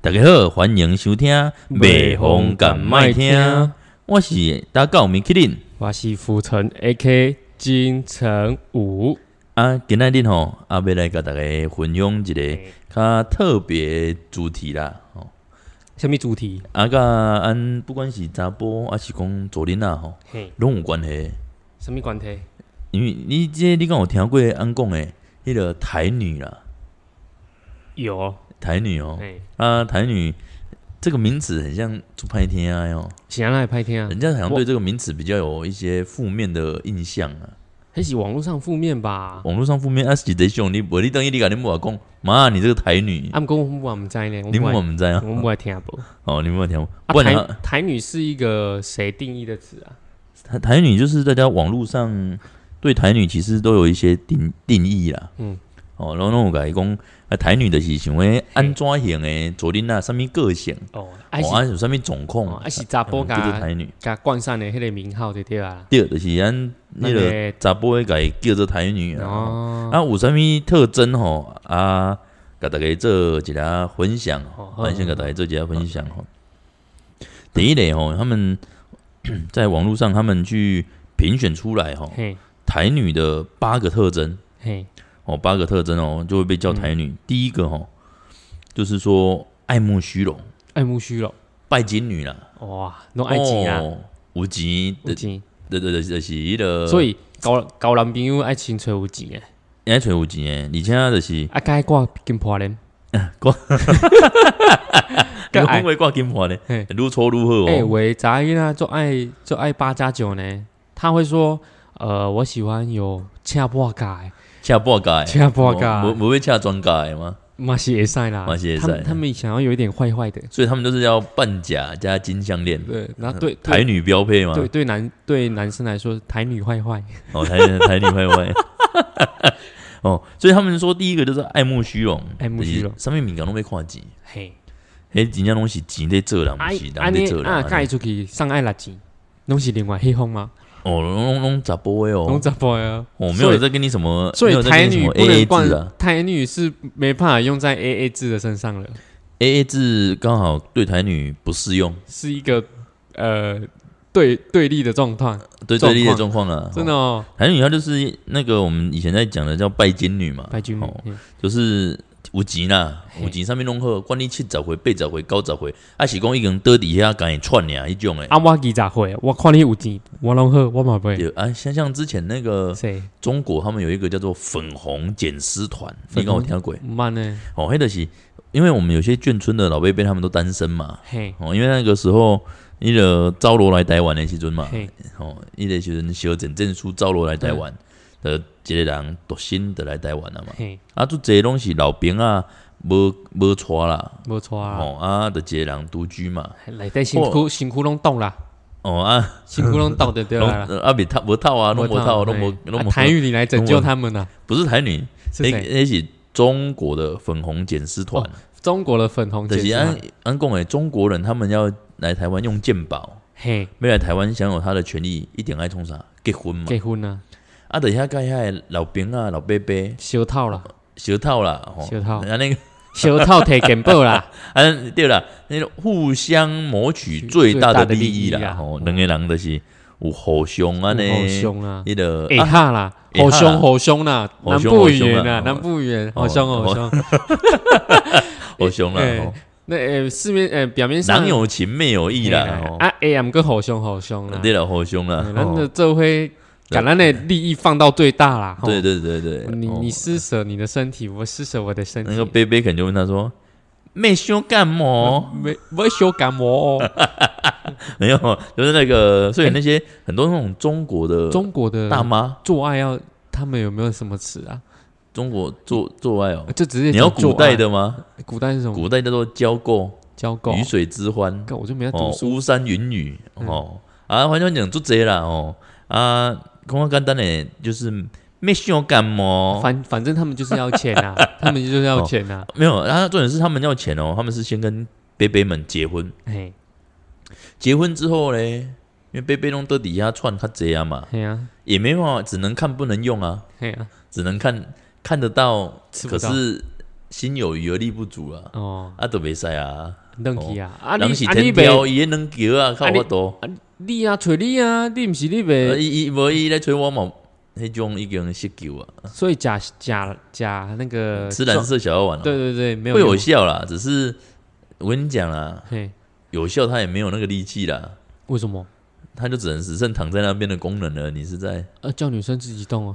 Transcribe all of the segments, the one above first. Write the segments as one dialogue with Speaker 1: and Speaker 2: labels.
Speaker 1: 大家好，欢迎收听《
Speaker 2: 袂
Speaker 1: 袂
Speaker 2: 红
Speaker 1: 红
Speaker 2: 敢
Speaker 1: 敢
Speaker 2: 卖
Speaker 1: 卖
Speaker 2: 听
Speaker 1: 听》，我是大狗米 k i n
Speaker 2: 我是浮城 A.K. 金城武。
Speaker 1: 啊，今仔日吼，啊，要来甲大家分享一个较特别的主题啦。吼，
Speaker 2: 什么主题？
Speaker 1: 啊，甲咱不管是查甫还是讲查囡仔吼，
Speaker 2: 嘿，
Speaker 1: 拢有关系。
Speaker 2: 什么关系？
Speaker 1: 因为你这你敢有听过安讲诶，迄个台女啦，
Speaker 2: 有，
Speaker 1: 台女哦、
Speaker 2: 嘿，
Speaker 1: 啊，台女这个名词很像做拍天啊哟、
Speaker 2: 是安来拍听啊？
Speaker 1: 人家好像对这个名词比较有一些负面的印象啊。
Speaker 2: 还是网络上负面吧？
Speaker 1: 网络上负面啊，是得兄你无你等于你甲恁母啊讲，妈，你这个台女，
Speaker 2: 啊，毋过我们不知呢，我
Speaker 1: 恁母
Speaker 2: 们不
Speaker 1: 啊
Speaker 2: 爱
Speaker 1: 毋知啊
Speaker 2: 我，们不爱听不？
Speaker 1: 哦，恁母啊听过，
Speaker 2: 啊，
Speaker 1: 不然
Speaker 2: 台
Speaker 1: 啊
Speaker 2: 台女是一个谁定义的词啊？
Speaker 1: 台台女就是大家网络上对台女其实都有一些定定义啦，
Speaker 2: 嗯，
Speaker 1: 哦，然后那我甲伊讲，啊，台女就是想诶安怎型诶，昨天啊，什么个性，
Speaker 2: 哦，还
Speaker 1: 哦，
Speaker 2: 是
Speaker 1: 啊，有啥物状况，
Speaker 2: 哦，还是查甫
Speaker 1: 嗯叫做
Speaker 2: 甲
Speaker 1: 台女，
Speaker 2: 甲冠上的迄个名号就对啊。
Speaker 1: 对，就是咱那
Speaker 2: 咱
Speaker 1: 个
Speaker 2: 的
Speaker 1: 查甫诶，甲伊叫做台女啊。
Speaker 2: 哦，
Speaker 1: 啊，有啥物特征吼啊，甲大家做一下分享吼
Speaker 2: 哦，好
Speaker 1: 反正甲大家做一下分享吼。第一类吼，他们在网络上他们去评选出来吼，
Speaker 2: 嘿，
Speaker 1: 台女的八个特征
Speaker 2: 嘿，
Speaker 1: 哦，八个特征哦，就会被叫台女。第一个吼，就是说爱慕虚荣，
Speaker 2: 爱慕虚荣，
Speaker 1: 拜金女啦，
Speaker 2: 哇，拢爱钱啊，
Speaker 1: 哦，有钱
Speaker 2: 有
Speaker 1: 的
Speaker 2: 钱，
Speaker 1: 的的的就是迄个，
Speaker 2: 所以交交男朋友爱情找有钱诶。
Speaker 1: 爱揣有钱的，而且就是
Speaker 2: 啊，该挂金破链，
Speaker 1: 挂
Speaker 2: 佮
Speaker 1: 讲
Speaker 2: 爱
Speaker 1: 话挂金牌咧，
Speaker 2: 嘿
Speaker 1: 愈粗愈好哦。
Speaker 2: 哎，喂，杂音啊，做爱做爱八加九呢，他会说，呃，我喜欢有恰破
Speaker 1: 哎
Speaker 2: 嘎，
Speaker 1: 恰半价的，
Speaker 2: 恰破嘎
Speaker 1: 无，无要恰专价的吗？
Speaker 2: 嘛是也赛啦，
Speaker 1: 嘛是会
Speaker 2: 他
Speaker 1: 使
Speaker 2: 们他们想要有一点坏坏的，
Speaker 1: 所以他们都是要半甲加金项链，
Speaker 2: 对，然后对
Speaker 1: 嗯台
Speaker 2: 对
Speaker 1: 女标配嘛。
Speaker 2: 对对男对男生来说，台女坏坏，
Speaker 1: 哦，台台女会 会。哦，所以他们说第一个就是爱慕虚荣，
Speaker 2: 爱慕虚荣
Speaker 1: 就是上面敏感都被跨级，
Speaker 2: 嘿，
Speaker 1: 哎，人家东西钱在做人，不
Speaker 2: 啊
Speaker 1: 是人
Speaker 2: 安
Speaker 1: 在
Speaker 2: 尼
Speaker 1: 做人。
Speaker 2: 啊，
Speaker 1: 安
Speaker 2: 盖
Speaker 1: 尼
Speaker 2: 出去上爱垃圾，拢是另外黑风吗？
Speaker 1: 哦，拢拢拢杂波的
Speaker 2: 拢
Speaker 1: 哦，
Speaker 2: 咋破啊？
Speaker 1: 我没
Speaker 2: 所
Speaker 1: 有
Speaker 2: 以
Speaker 1: 在跟你什么，
Speaker 2: 所
Speaker 1: 没
Speaker 2: 以
Speaker 1: 有在
Speaker 2: 台
Speaker 1: 跟你什
Speaker 2: 女
Speaker 1: 么
Speaker 2: 不能
Speaker 1: AA 制
Speaker 2: 冠
Speaker 1: 啊，
Speaker 2: 台女是没办法用在 AA 制的身上了。
Speaker 1: ，AA 制刚好对台女不适用，
Speaker 2: 是一个呃对对立的状态，
Speaker 1: 对
Speaker 2: 状
Speaker 1: 对立的
Speaker 2: 况
Speaker 1: 状况啊，
Speaker 2: 真的哦，
Speaker 1: 台女她就是那个我们以前在讲的叫拜金女嘛，
Speaker 2: 白君
Speaker 1: 哦就是有钱啦，
Speaker 2: 嘿
Speaker 1: 有钱上面弄好，管你七十回、八十回、九十回，啊是讲已经倒底下敢会串俩迄种诶。
Speaker 2: 啊，我二十岁，我看你有钱，我拢好，我嘛袂。
Speaker 1: 对啊，像像之前那个
Speaker 2: 谁？
Speaker 1: 中国，他们有一个叫做粉红捡尸团，你
Speaker 2: 粉红
Speaker 1: 敢有听过？
Speaker 2: 慢呢？
Speaker 1: 哦，黑的是，因为我们有些眷村的老辈辈他们都单身嘛，
Speaker 2: 嘿，
Speaker 1: 哦，因为那个时候伊个招罗来台湾的时阵嘛，
Speaker 2: 嘿，
Speaker 1: 哦，伊个时阵小证证书招罗来台湾的一个人独身的来台湾了嘛，
Speaker 2: 嘿，
Speaker 1: 啊，就这拢是老兵啊，无无娶啦，
Speaker 2: 无错啊。
Speaker 1: 哦啊，就一个人独居嘛。
Speaker 2: 内底辛苦辛苦拢冻 啦，
Speaker 1: 哦啊，
Speaker 2: 辛苦拢冻的对
Speaker 1: 拢
Speaker 2: 啦。
Speaker 1: 呃啊，别套无套啊，拢无套，拢无
Speaker 2: 嘿
Speaker 1: 拢
Speaker 2: 啊
Speaker 1: 无。
Speaker 2: 台语你来拯救他们啊呐？
Speaker 1: 不是台女，
Speaker 2: 是
Speaker 1: 那
Speaker 2: 谁？哦
Speaker 1: 那是中国的粉红捡尸团，
Speaker 2: 中国的粉红
Speaker 1: 这
Speaker 2: 姐
Speaker 1: 是
Speaker 2: 姐吗
Speaker 1: 安。安共诶，中国人他们要来台湾用鉴宝，
Speaker 2: 嘿，
Speaker 1: 要来台湾享有他的权利，一点爱冲啥？结婚嘛。
Speaker 2: 结婚啦，
Speaker 1: 啊，等一下盖下老兵啊，老伯伯
Speaker 2: 小套啦，
Speaker 1: 小套啦，吼，
Speaker 2: 小套
Speaker 1: 啊那个
Speaker 2: 小套提根宝 啦，
Speaker 1: 啊对啦，那个互相谋取
Speaker 2: 最
Speaker 1: 最大
Speaker 2: 大
Speaker 1: 的
Speaker 2: 的
Speaker 1: 利
Speaker 2: 利益
Speaker 1: 益啦，
Speaker 2: 啦
Speaker 1: 吼，
Speaker 2: 哦
Speaker 1: 两个人就是有互相啊呢，
Speaker 2: 好凶啊！
Speaker 1: 那个
Speaker 2: 哎
Speaker 1: 啊
Speaker 2: 哈啦，
Speaker 1: 欸
Speaker 2: 好
Speaker 1: 哈啦
Speaker 2: 凶好凶啦，
Speaker 1: 好
Speaker 2: 南
Speaker 1: 凶
Speaker 2: 部
Speaker 1: 好
Speaker 2: 语
Speaker 1: 凶
Speaker 2: 言
Speaker 1: 啦
Speaker 2: 啊，
Speaker 1: 哦
Speaker 2: 南部语言，好
Speaker 1: 哦
Speaker 2: 凶
Speaker 1: 哦
Speaker 2: 好凶。
Speaker 1: 互相啦，
Speaker 2: 欸
Speaker 1: 吼。
Speaker 2: 那呃，市面呃，表面上
Speaker 1: 郎有情妹有意
Speaker 2: 嘿
Speaker 1: 啦，吼
Speaker 2: 啊，A M 跟好凶好凶啦，
Speaker 1: 对了，好凶啊哦啦
Speaker 2: 嘿，咱
Speaker 1: 吼
Speaker 2: 的这回把咱的利益放到最大啦。吼
Speaker 1: 对，对对对，
Speaker 2: 你
Speaker 1: 哦
Speaker 2: 你施舍你的身体，我施舍我的身体。
Speaker 1: 那个贝贝肯就问他说：“妹凶干嘛
Speaker 2: 没没修 感冒哦，？”
Speaker 1: 没有，就是那个，所以那些很多那种中国的
Speaker 2: 中国的
Speaker 1: 大妈，
Speaker 2: 做爱要他们有没有什么词啊？
Speaker 1: 中国做做爱哦，
Speaker 2: 就直接
Speaker 1: 你要
Speaker 2: 讲呃做
Speaker 1: 古代
Speaker 2: 爱，嗯
Speaker 1: 的吗？
Speaker 2: 古代是什么？
Speaker 1: 古代叫做交媾，
Speaker 2: 交狗
Speaker 1: 鱼，水之欢，
Speaker 2: 干我就没在读
Speaker 1: 哦，
Speaker 2: 书。嗯
Speaker 1: 巫山云雨，哦啊，反正讲做这啦，哦啊，讲较简单的就是妹凶干嘛？
Speaker 2: 反反正他们就是要钱 啊，他们就是要钱啊。
Speaker 1: 没有，然后重点是他们要钱哦，他们是先跟贝贝们结婚，
Speaker 2: 嘿，
Speaker 1: 结婚之后嘞，因为贝贝弄到底下串他这样嘛，
Speaker 2: 嘿啊，
Speaker 1: 也没办法，只能看不能用啊，
Speaker 2: 嘿啊，
Speaker 1: 只能看看得到，
Speaker 2: 吃不
Speaker 1: 可
Speaker 2: 到
Speaker 1: 是心有余而力不足啊，
Speaker 2: 哦，
Speaker 1: 啊都袂使啊，
Speaker 2: 邓去啊，啊
Speaker 1: 人是
Speaker 2: 你啊你
Speaker 1: 天条，
Speaker 2: 袂，
Speaker 1: 伊也能叫啊，靠
Speaker 2: 啊你
Speaker 1: 我多，
Speaker 2: 你啊找你啊，你毋是你
Speaker 1: 啊
Speaker 2: 袂，
Speaker 1: 伊伊无伊来催我嘛，迄种已经失球啊，
Speaker 2: 所以假假假那个
Speaker 1: 吃蓝
Speaker 2: 撞
Speaker 1: 色小药丸啊，
Speaker 2: 呃对对对，没有
Speaker 1: 会有
Speaker 2: 用
Speaker 1: 效啦，只是我跟你讲啦，
Speaker 2: 嘿，
Speaker 1: 有效他也没有那个力气啦，
Speaker 2: 为什么？
Speaker 1: 他就只能只剩躺在那边的功能了，你是在
Speaker 2: 呃，叫女生自己 动啊，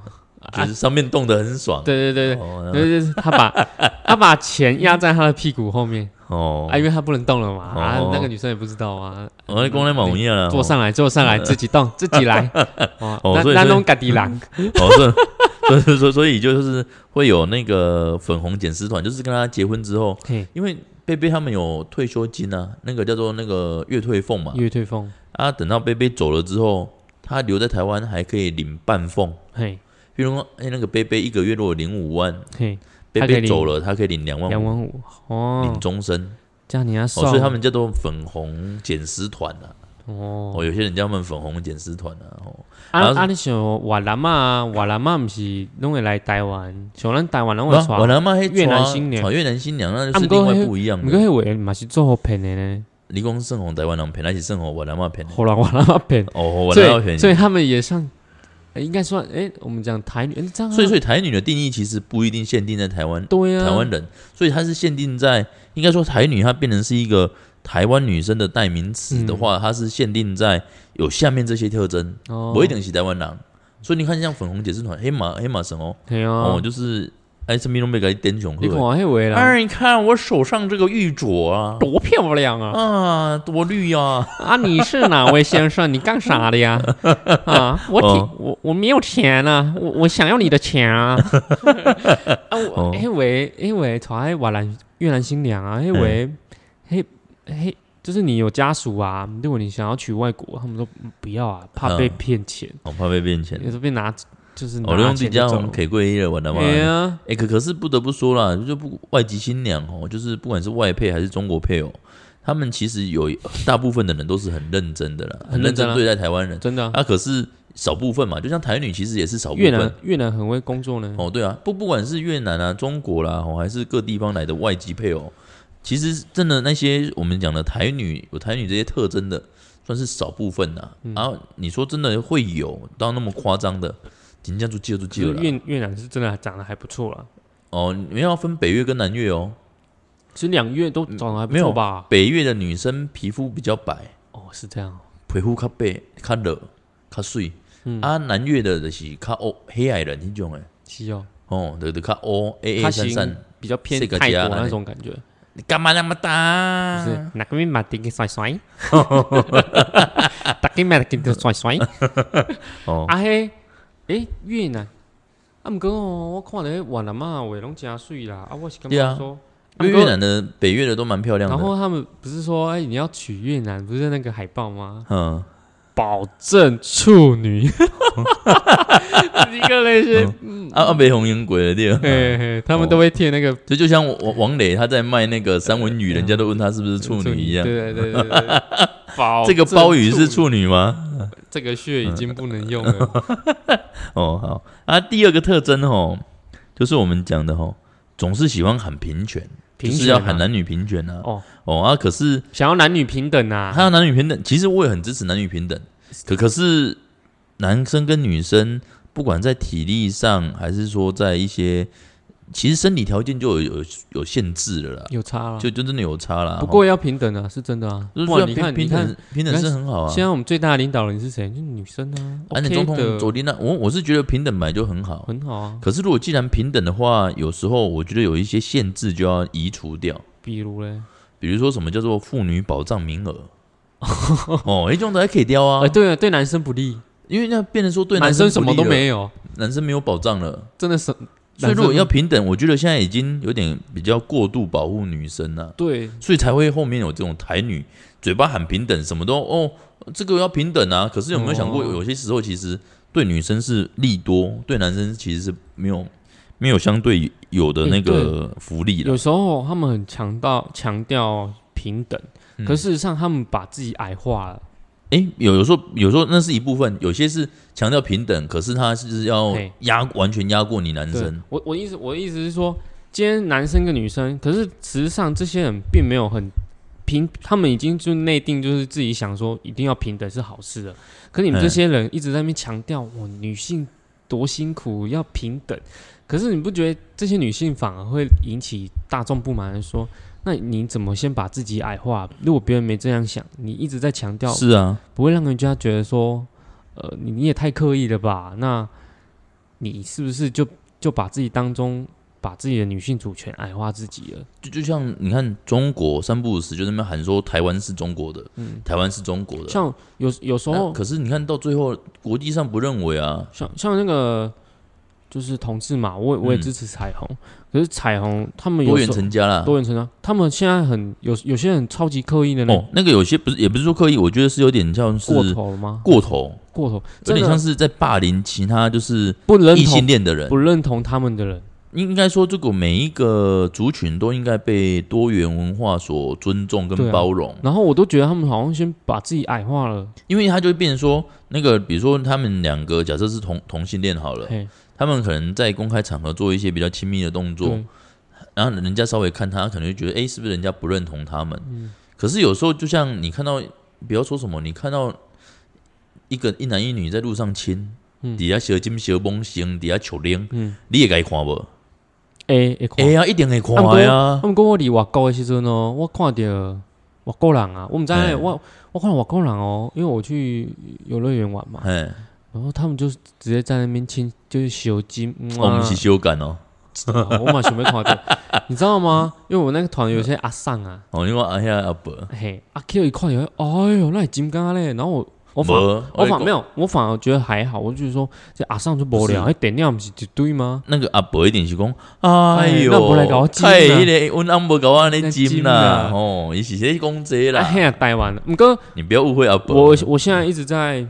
Speaker 1: 就
Speaker 2: 啊，
Speaker 1: 是上面动得很爽，
Speaker 2: 对对对对。
Speaker 1: 哦
Speaker 2: 对对，对他把 他把钱压在他的屁股后面
Speaker 1: 哦
Speaker 2: 啊，因为他不能动了嘛，啊
Speaker 1: 哦，
Speaker 2: 那个女生也不不知道啊，
Speaker 1: 我讲咧嘛有影啦，
Speaker 2: 坐上来，坐 上来，自己动，自己来。
Speaker 1: 哦
Speaker 2: 哦
Speaker 1: 所以
Speaker 2: 南
Speaker 1: 是
Speaker 2: 东嘎迪狼，
Speaker 1: 哦，所以 所以所以所以就是会有那个粉红捡尸团，就是跟他结婚之后，
Speaker 2: 嘿，
Speaker 1: 因为贝贝他们有退休金啊，那个叫做那个月退俸嘛，
Speaker 2: 月退风，
Speaker 1: 啊，等到贝贝走了之后，他留在台湾还可以领半俸，
Speaker 2: 嘿，
Speaker 1: 比如说哎、那个贝贝一个月如果领五万，
Speaker 2: 嘿，
Speaker 1: 贝
Speaker 2: 他可以
Speaker 1: 贝
Speaker 2: 领
Speaker 1: 走了他可以领两万
Speaker 2: 两
Speaker 1: 五，
Speaker 2: 万五，
Speaker 1: 领
Speaker 2: 哦，
Speaker 1: 终身，
Speaker 2: 这样你
Speaker 1: 嗯
Speaker 2: 要
Speaker 1: 哦，
Speaker 2: 算，
Speaker 1: 所以他们叫做粉红捡尸团啊，
Speaker 2: 哦，
Speaker 1: 哦，有些人叫他们粉红捡尸团啊，哦，
Speaker 2: 啊
Speaker 1: 然后是
Speaker 2: 啊，你想瓦兰嘛，瓦兰嘛，不是拢会来台湾，像咱台湾人会
Speaker 1: 啊我
Speaker 2: 带，
Speaker 1: 他妈黑
Speaker 2: 越南新娘
Speaker 1: 越南新娘那
Speaker 2: 啊
Speaker 1: 就是
Speaker 2: 不过
Speaker 1: 另外
Speaker 2: 那
Speaker 1: 不一样
Speaker 2: 不
Speaker 1: 的
Speaker 2: 过。迄位嘛是做好骗的呢，
Speaker 1: 你讲圣红台湾人骗，还是圣红越南嘛 骗？
Speaker 2: 荷兰瓦兰嘛骗，
Speaker 1: 哦，我
Speaker 2: 所
Speaker 1: 来要骗
Speaker 2: 以
Speaker 1: 你。
Speaker 2: 所
Speaker 1: 所
Speaker 2: 以
Speaker 1: 以
Speaker 2: 他们也算，哎应该算，哎，我们讲台女，哎这样啊，
Speaker 1: 所以台女的定义其实不一定限定在台湾、
Speaker 2: 对啊，
Speaker 1: 台湾人，所以它是限定在应该说台女她变成是一个台湾女生的代名词的话，它是限定在有下面这些特征，
Speaker 2: 嗯哦
Speaker 1: 不一，定是台湾人。所以你看像粉红解释团、黑马黑马神哦，
Speaker 2: 对
Speaker 1: 哦
Speaker 2: 啊，
Speaker 1: 就是哎，这边都被给颠穷
Speaker 2: 你看啊
Speaker 1: 喝。
Speaker 2: 迄位啦，
Speaker 1: 哎，你看我手上这个玉镯啊，
Speaker 2: 多漂亮啊！
Speaker 1: 啊，多 绿啊！
Speaker 2: 啊，你是哪位先生？你干啥的 呀？啊，我挺、
Speaker 1: 哦
Speaker 2: 我我没有钱啊，我我想要你的 钱啊！啊，
Speaker 1: 哦
Speaker 2: 我因为因为在越南越南新娘啊，因为嘿嘿，就是你有家属啊，如果你想要娶外国，他们说嗯不要啊，怕被
Speaker 1: 嗯
Speaker 2: 骗钱，
Speaker 1: 我怕被变钱哦
Speaker 2: 有，时候被拿就是拿
Speaker 1: 我用自己
Speaker 2: 钱
Speaker 1: 家
Speaker 2: 就走
Speaker 1: 红
Speaker 2: 了。
Speaker 1: K 贵了，我的妈！
Speaker 2: 哎呀，
Speaker 1: 哎、可可是不得不说啦，就不外籍新娘哦，就是不管是外配还是中国配偶，他们其实有大部分的人都是很认真的啦，
Speaker 2: 很
Speaker 1: 很认
Speaker 2: 认真
Speaker 1: 真
Speaker 2: 啊
Speaker 1: 对待台湾人。
Speaker 2: 真的啊、
Speaker 1: 啊，可是少部分嘛，就像台女其实也是少部
Speaker 2: 越南
Speaker 1: 分。
Speaker 2: 越南很会工作呢。
Speaker 1: 哦，对啊，不不管是越南啊、中国啦，哦，还是各地方来的外籍配偶，其实真的那些我们讲的台女有台女这些特征的，算是少部分呐、
Speaker 2: 嗯
Speaker 1: 然后、你说真的会有到那么夸张的，人家就记住记
Speaker 2: 就是
Speaker 1: 了啦。
Speaker 2: 越越南是真的长得还不错啊了，
Speaker 1: 哦，你们要分北越跟南越哦。
Speaker 2: 其实两越都长得还不
Speaker 1: 嗯没有
Speaker 2: 错吧？
Speaker 1: 北越的女生皮肤比较白，
Speaker 2: 哦，是这样哦。
Speaker 1: 皮肤较白、较热、较水。
Speaker 2: 嗯
Speaker 1: 啊，南越的就是较黑黑矮人迄种诶，
Speaker 2: 是哦，
Speaker 1: 哦，就就较黑黑
Speaker 2: 它
Speaker 1: 黑闪
Speaker 2: 是
Speaker 1: 闪，
Speaker 2: 比较偏
Speaker 1: 这个
Speaker 2: 泰
Speaker 1: 家
Speaker 2: 国
Speaker 1: 哎
Speaker 2: 那种感觉，
Speaker 1: 你干嘛那么
Speaker 2: 就
Speaker 1: 大？啊
Speaker 2: 是哪个面马丁给甩 甩，哪个马丁给甩甩。
Speaker 1: 哦，
Speaker 2: 啊嘿，诶，越南，啊毋过哦，我看咧越南嘛话拢真水啦，啊我是感
Speaker 1: 对啊
Speaker 2: 觉说，
Speaker 1: 因为
Speaker 2: 啊不过
Speaker 1: 越南的北越的都蛮漂亮
Speaker 2: 然
Speaker 1: 的。
Speaker 2: 后他们不是说哎你要娶越南，不是那个海报吗？
Speaker 1: 嗯，
Speaker 2: 保证 处女， 一个那些，
Speaker 1: 啊啊，北红英鬼了对吧。
Speaker 2: 嘿嘿，
Speaker 1: 哦
Speaker 2: 他们都会贴那个
Speaker 1: 就就像王王磊他在卖那个三文鱼，人家都问他是不是处女一样。
Speaker 2: 对对对对 对，哦保
Speaker 1: 这个
Speaker 2: 证
Speaker 1: 鲍鱼是嗯
Speaker 2: 女
Speaker 1: 处女吗？
Speaker 2: 这个血已经不能用了。
Speaker 1: 哦，好啊。第二个特征哦，就是我们讲的哦，总是喜欢喊平权。
Speaker 2: 平
Speaker 1: 就是
Speaker 2: 权
Speaker 1: 要
Speaker 2: 啊
Speaker 1: 喊男女平权啊。
Speaker 2: 哦
Speaker 1: 哦啊，可是
Speaker 2: 想要男女平等啊，
Speaker 1: 他要男女平等，其实我也很支持男女平等。可可是男生跟女生，不管在体力上，还是说在一些，其实生理条件就有有有限制了啦，
Speaker 2: 有差了。
Speaker 1: 就就真的有差啦。
Speaker 2: 嗯不过要平等啊，是真的啊。
Speaker 1: 齁，
Speaker 2: 不
Speaker 1: 就是
Speaker 2: 然你
Speaker 1: 虽然
Speaker 2: 看，
Speaker 1: 平
Speaker 2: 你
Speaker 1: 平
Speaker 2: 看
Speaker 1: 等，平等是很好啊
Speaker 2: 现。在我们最大的领导人是谁？就是女生啊。
Speaker 1: 安
Speaker 2: OK
Speaker 1: 总统
Speaker 2: 的
Speaker 1: 佐利娜，我我是觉得平等本来就很好。
Speaker 2: 很好啊。
Speaker 1: 可是如果既然平等的话，有时候我觉得有一些限制就要移除掉。
Speaker 2: 比如嘞，
Speaker 1: 比如说什么叫做妇女保障名 额，哦，一种的还可以雕啊
Speaker 2: 哎，，对了，对男生不利，
Speaker 1: 因为那变成说对
Speaker 2: 男
Speaker 1: 生
Speaker 2: 生什么都
Speaker 1: 不利了，
Speaker 2: 没有，
Speaker 1: 男生没有保障了。
Speaker 2: 真的是。
Speaker 1: 所以
Speaker 2: 男生
Speaker 1: 如果要平等，我觉得现在已经有点比较过度保护女生了、
Speaker 2: 对，
Speaker 1: 所以才会后面有这种台女嘴巴喊平等，什么都哦，这个要平等啊。可是有没有想过，
Speaker 2: 哦
Speaker 1: 有些时候其实对女生是利多，对男生其实是没有没有相对有的那个福利了
Speaker 2: 有。时候他们很强调强调平等，
Speaker 1: 嗯
Speaker 2: 可事实上他们把自己矮化了。
Speaker 1: 诶，有有时候有时候那是一部分，有些是强调平等，可是他是要
Speaker 2: 嘿
Speaker 1: 压完全压过你男
Speaker 2: 对
Speaker 1: 生，
Speaker 2: 我我意思我的意思是说，今天男生跟女生，可是实际上这些人并没有很平，他们已经就内定，就是自己想说一定要平等是好事了。可你们这些人一直在那边强调，我女性多辛苦，要平等。可是你不觉得这些女性反而会引起大众不满，说那你怎么先把自己矮化？如果别人没这样想，你一直在强调，
Speaker 1: 是啊，
Speaker 2: 不会让人家觉得说，呃，你你也太刻意了吧？那你是不是就就把自己当中把自己的女性主权矮化自己了？
Speaker 1: 就就像你看中国三不五时就在那边喊说台湾是中国的，台湾是中国的，
Speaker 2: 嗯像哦有有时
Speaker 1: 啊那
Speaker 2: 候，
Speaker 1: 可是你看到最后国际上不认为啊，
Speaker 2: 像像那个就是同志嘛，我也我也
Speaker 1: 嗯
Speaker 2: 支持彩虹，可是彩虹他们有
Speaker 1: 多元
Speaker 2: 时候
Speaker 1: 成家啦，
Speaker 2: 多元成啊，他们现在很有有些人超级刻意的呢，
Speaker 1: 哦，那个有些不是也不是说刻意，我觉得是有点像是
Speaker 2: 过头了吗？
Speaker 1: 过头
Speaker 2: 过头，
Speaker 1: 有
Speaker 2: 真
Speaker 1: 点
Speaker 2: 的
Speaker 1: 像是在霸凌其他就是
Speaker 2: 不认
Speaker 1: 异性
Speaker 2: 同
Speaker 1: 恋的人
Speaker 2: 不。认同他们的人，
Speaker 1: 应该说，这个每一个族群都应该被多元文化所尊重
Speaker 2: 对
Speaker 1: 跟
Speaker 2: 啊
Speaker 1: 包容，
Speaker 2: 然后我都觉得他们好像先把自己矮化了，
Speaker 1: 因为他就会变成说，那个比如说他们两个假设是同同性恋好了，
Speaker 2: 嘿，
Speaker 1: 他们可能在公开场合做一些比较亲密的动作
Speaker 2: 对，，
Speaker 1: 然后人家稍微看他，可能会觉得，哎、是不是人家不认同他们？可是有时候就像你看到，不要说什么，你看到一个一男一女在路上亲，
Speaker 2: 嗯
Speaker 1: 底下小金小崩星，底下求零，
Speaker 2: 嗯
Speaker 1: 你也该看不？
Speaker 2: 哎哎，
Speaker 1: 哎呀、一定会看
Speaker 2: 啊不过
Speaker 1: 呀、啊
Speaker 2: 他。们跟我离外国的时阵哦，我看到外国人啊，我们在
Speaker 1: 嗯
Speaker 2: 我我看到外国人哦，因为我去游乐园玩嘛，
Speaker 1: 哎，
Speaker 2: 然后他们就直接在那边亲，就是手机，嗯
Speaker 1: 我
Speaker 2: 啊
Speaker 1: 们是修改哦。
Speaker 2: 哦我马上没看到，你知道吗？因为我那个团有些阿上啊，
Speaker 1: 哦，你讲阿遐阿伯，
Speaker 2: 嘿，阿 Q 一看有，哎呦，那金刚啊嘞，然后我我反
Speaker 1: 无
Speaker 2: 我反没
Speaker 1: 有
Speaker 2: 有，我反而觉得还好，我就是说这阿上就无聊，
Speaker 1: 不
Speaker 2: 那点亮不是一堆吗？
Speaker 1: 那个阿伯一定是讲，哎
Speaker 2: 哎咱无来甲
Speaker 1: 哟
Speaker 2: 我，จิ้ม啊
Speaker 1: 迄个阮翁无甲我安尼
Speaker 2: 咱
Speaker 1: 金
Speaker 2: จิ้ม
Speaker 1: 啦，
Speaker 2: 啊
Speaker 1: 吼，伊是咧讲这
Speaker 2: 啊
Speaker 1: 啦，
Speaker 2: 嘿，台湾，不过
Speaker 1: 你不要误会阿伯。
Speaker 2: 我我现在一直在，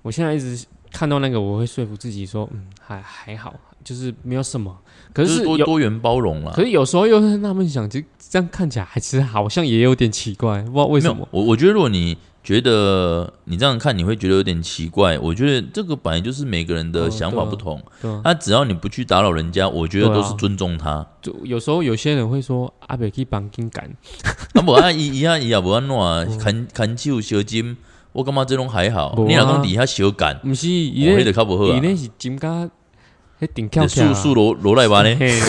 Speaker 2: 我现在一直看到那个，我会说服自己说，嗯，还还好，就是没有什么。可
Speaker 1: 就是是多
Speaker 2: 有，
Speaker 1: 多元包容啦。
Speaker 2: 可是有时候又在纳闷想，这这样看起来还其实好像也有点奇怪，不知道为
Speaker 1: 没
Speaker 2: 什
Speaker 1: 有
Speaker 2: 么。
Speaker 1: 我我觉得如果你觉得你这样看，你会觉得有点奇怪。我觉得这个本来就是每个人的
Speaker 2: 哦
Speaker 1: 想
Speaker 2: 对
Speaker 1: 法
Speaker 2: 啊
Speaker 1: 不同，
Speaker 2: 对啊，
Speaker 1: 那、只要你不去打扰人家，我觉得
Speaker 2: 对啊
Speaker 1: 都是尊重 他。
Speaker 2: 就有时候有些人会说阿北去绑金杆，
Speaker 1: 啊无啊，伊伊啊伊也无安怎牵牵手小金，我感觉这种还好
Speaker 2: 哦没。啊
Speaker 1: 你若讲底下小感，
Speaker 2: 不是
Speaker 1: 我
Speaker 2: 伊
Speaker 1: 迄
Speaker 2: 咧
Speaker 1: 个较不好
Speaker 2: 伊
Speaker 1: 啊。
Speaker 2: 咧是金甲，迄顶翘起来
Speaker 1: 树
Speaker 2: 啊
Speaker 1: 树罗罗赖吧呢？
Speaker 2: 嘿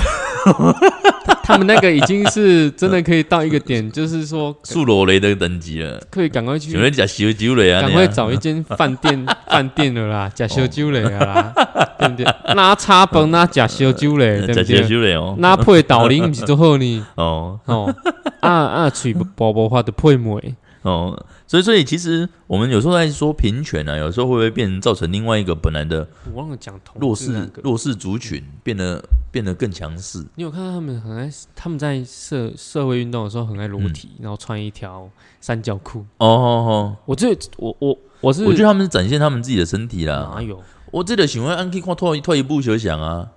Speaker 2: 他他们那个已经是真的可以到一个点，就是说
Speaker 1: 树罗雷的等级了，
Speaker 2: 可以赶快去
Speaker 1: 有人讲小酒类啊，哦
Speaker 2: 赶
Speaker 1: 你
Speaker 2: 快
Speaker 1: 啊
Speaker 2: 找一间饭 店饭店了啦，假烧酒嘞啦，对不对？那叉
Speaker 1: 哦
Speaker 2: 饭那假烧酒嘞，
Speaker 1: 吃
Speaker 2: 对不
Speaker 1: 小
Speaker 2: 对？
Speaker 1: 呃酒类哦，
Speaker 2: 那配豆奶不是做好 呢？
Speaker 1: 哦。
Speaker 2: 哦，啊啊，嘴薄薄话的配梅，
Speaker 1: 哦，所以所以其实我们有时候在说平权啊，有时候会不会变成造成另外一个本来的
Speaker 2: 我忘了讲同
Speaker 1: 弱
Speaker 2: 志
Speaker 1: 势、
Speaker 2: 那个。
Speaker 1: 弱势族群变得变得更强势？
Speaker 2: 你有看到他们很爱，他们在社社会运动的时候很爱裸体，
Speaker 1: 嗯
Speaker 2: 然后穿一条三角裤。
Speaker 1: 哦哦
Speaker 2: 我这我我我是
Speaker 1: 哦，我觉啊得他们是展现他们自己的身体啦
Speaker 2: 哪。有？
Speaker 1: 我这个喜欢按 K 看脱脱一步球想啊，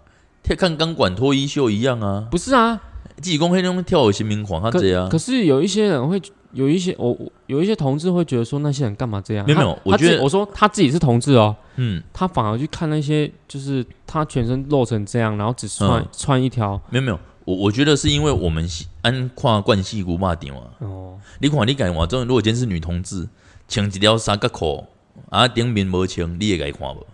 Speaker 1: 跳看钢管脱衣秀一样啊，
Speaker 2: 不是啊，
Speaker 1: 自己公黑那种跳舞新民狂他
Speaker 2: 可
Speaker 1: 这样
Speaker 2: 可。是有一些人会，有一些我我有一些同志会觉得说那些人干嘛这样？
Speaker 1: 没有
Speaker 2: 他
Speaker 1: 没有我
Speaker 2: 他自己
Speaker 1: 觉得
Speaker 2: 我说他自己是同志哦，
Speaker 1: 嗯，
Speaker 2: 他反而去看那些就是他全身露成这样，然后只穿、
Speaker 1: 嗯
Speaker 2: 穿一条
Speaker 1: 没有没有，我我觉得是因为我们是按跨惯戏骨骂点啊。
Speaker 2: 哦，
Speaker 1: 你看你敢话，这种如果今天是女同志，穿一条三角裤啊，顶面无穿，你会该看无？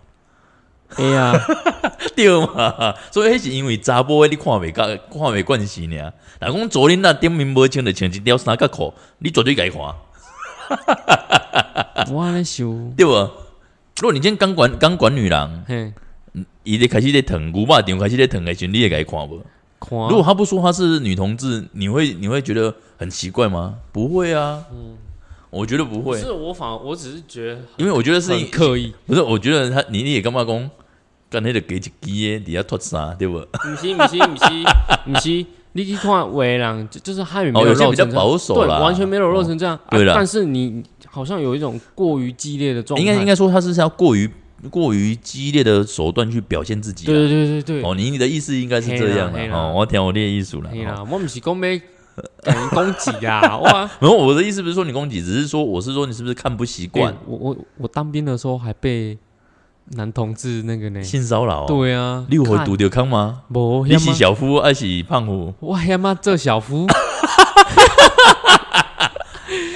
Speaker 2: 哎 呀，
Speaker 1: 对嘛，所以迄是因为查甫的你看袂到，看袂惯势尔。若讲昨天那顶面无穿就穿一条三角裤，你绝对该看，
Speaker 2: 我在想，
Speaker 1: 对无？如果你今天刚管刚管女人，
Speaker 2: 嘿，
Speaker 1: 伊咧开始咧疼，牛肉店开始咧疼的时候，你会该看无？
Speaker 2: 看
Speaker 1: 如果她不说她是女同志，你会你会觉得很奇怪吗？不会啊，我觉得不
Speaker 2: 不
Speaker 1: 会，
Speaker 2: 嗯是我反而我只是觉得
Speaker 1: 因为我觉得是
Speaker 2: 很刻 意，
Speaker 1: 不是，我觉得他你你也干嘛讲，干那个给一支的底下脱衫对不？
Speaker 2: 不是不是不是不是， 你去看伟人，就就是汉语没
Speaker 1: 哦，有些
Speaker 2: 露
Speaker 1: 比较
Speaker 2: 成这样，
Speaker 1: 保守
Speaker 2: 对，
Speaker 1: 啦，哦
Speaker 2: 完全没有露成这样，
Speaker 1: 对啦
Speaker 2: 啊但是你好像有一种过于激烈的状态，
Speaker 1: 应该应该说他是要过于过于激烈的手段去表现自己
Speaker 2: 对
Speaker 1: 啦。
Speaker 2: 对对对对，
Speaker 1: 哦，你你的意思应该是这样
Speaker 2: 嘿啦嘿
Speaker 1: 啦。
Speaker 2: 啦
Speaker 1: 哦，我听我的艺术啦。
Speaker 2: 可以
Speaker 1: 哦
Speaker 2: 啦，我不是讲被感觉攻击啊， 哇。
Speaker 1: 没有，我的意思不是说你攻击，只是说我是说你是不是看不习
Speaker 2: 对
Speaker 1: 惯？
Speaker 2: 我我我当兵的时候还被男同志那个呢？
Speaker 1: 性骚扰、哦，，
Speaker 2: 对啊，
Speaker 1: 你有会拄着康吗？
Speaker 2: 无
Speaker 1: 你是小夫还是胖虎？
Speaker 2: 我他妈这 小夫，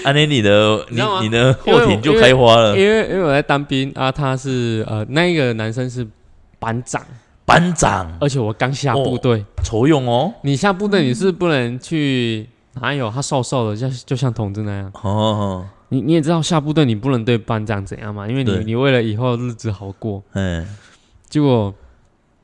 Speaker 1: 安啊尼你的
Speaker 2: 你
Speaker 1: 你
Speaker 2: 知道吗
Speaker 1: 你的
Speaker 2: 因为
Speaker 1: 后
Speaker 2: 我
Speaker 1: 庭就开花了
Speaker 2: 因。为因为我在当兵啊，他是呃那一个男生是班长，
Speaker 1: 班长
Speaker 2: 而且我刚下部队，
Speaker 1: 愁用哦，
Speaker 2: 你下部队你是不能去。哪有他瘦瘦的，就就像同志那样。
Speaker 1: 哦哦，
Speaker 2: 你你也知道下部队你不能对班长怎样嘛，因为你
Speaker 1: 对
Speaker 2: 你为了以后日子好过。
Speaker 1: 嗯，
Speaker 2: 结果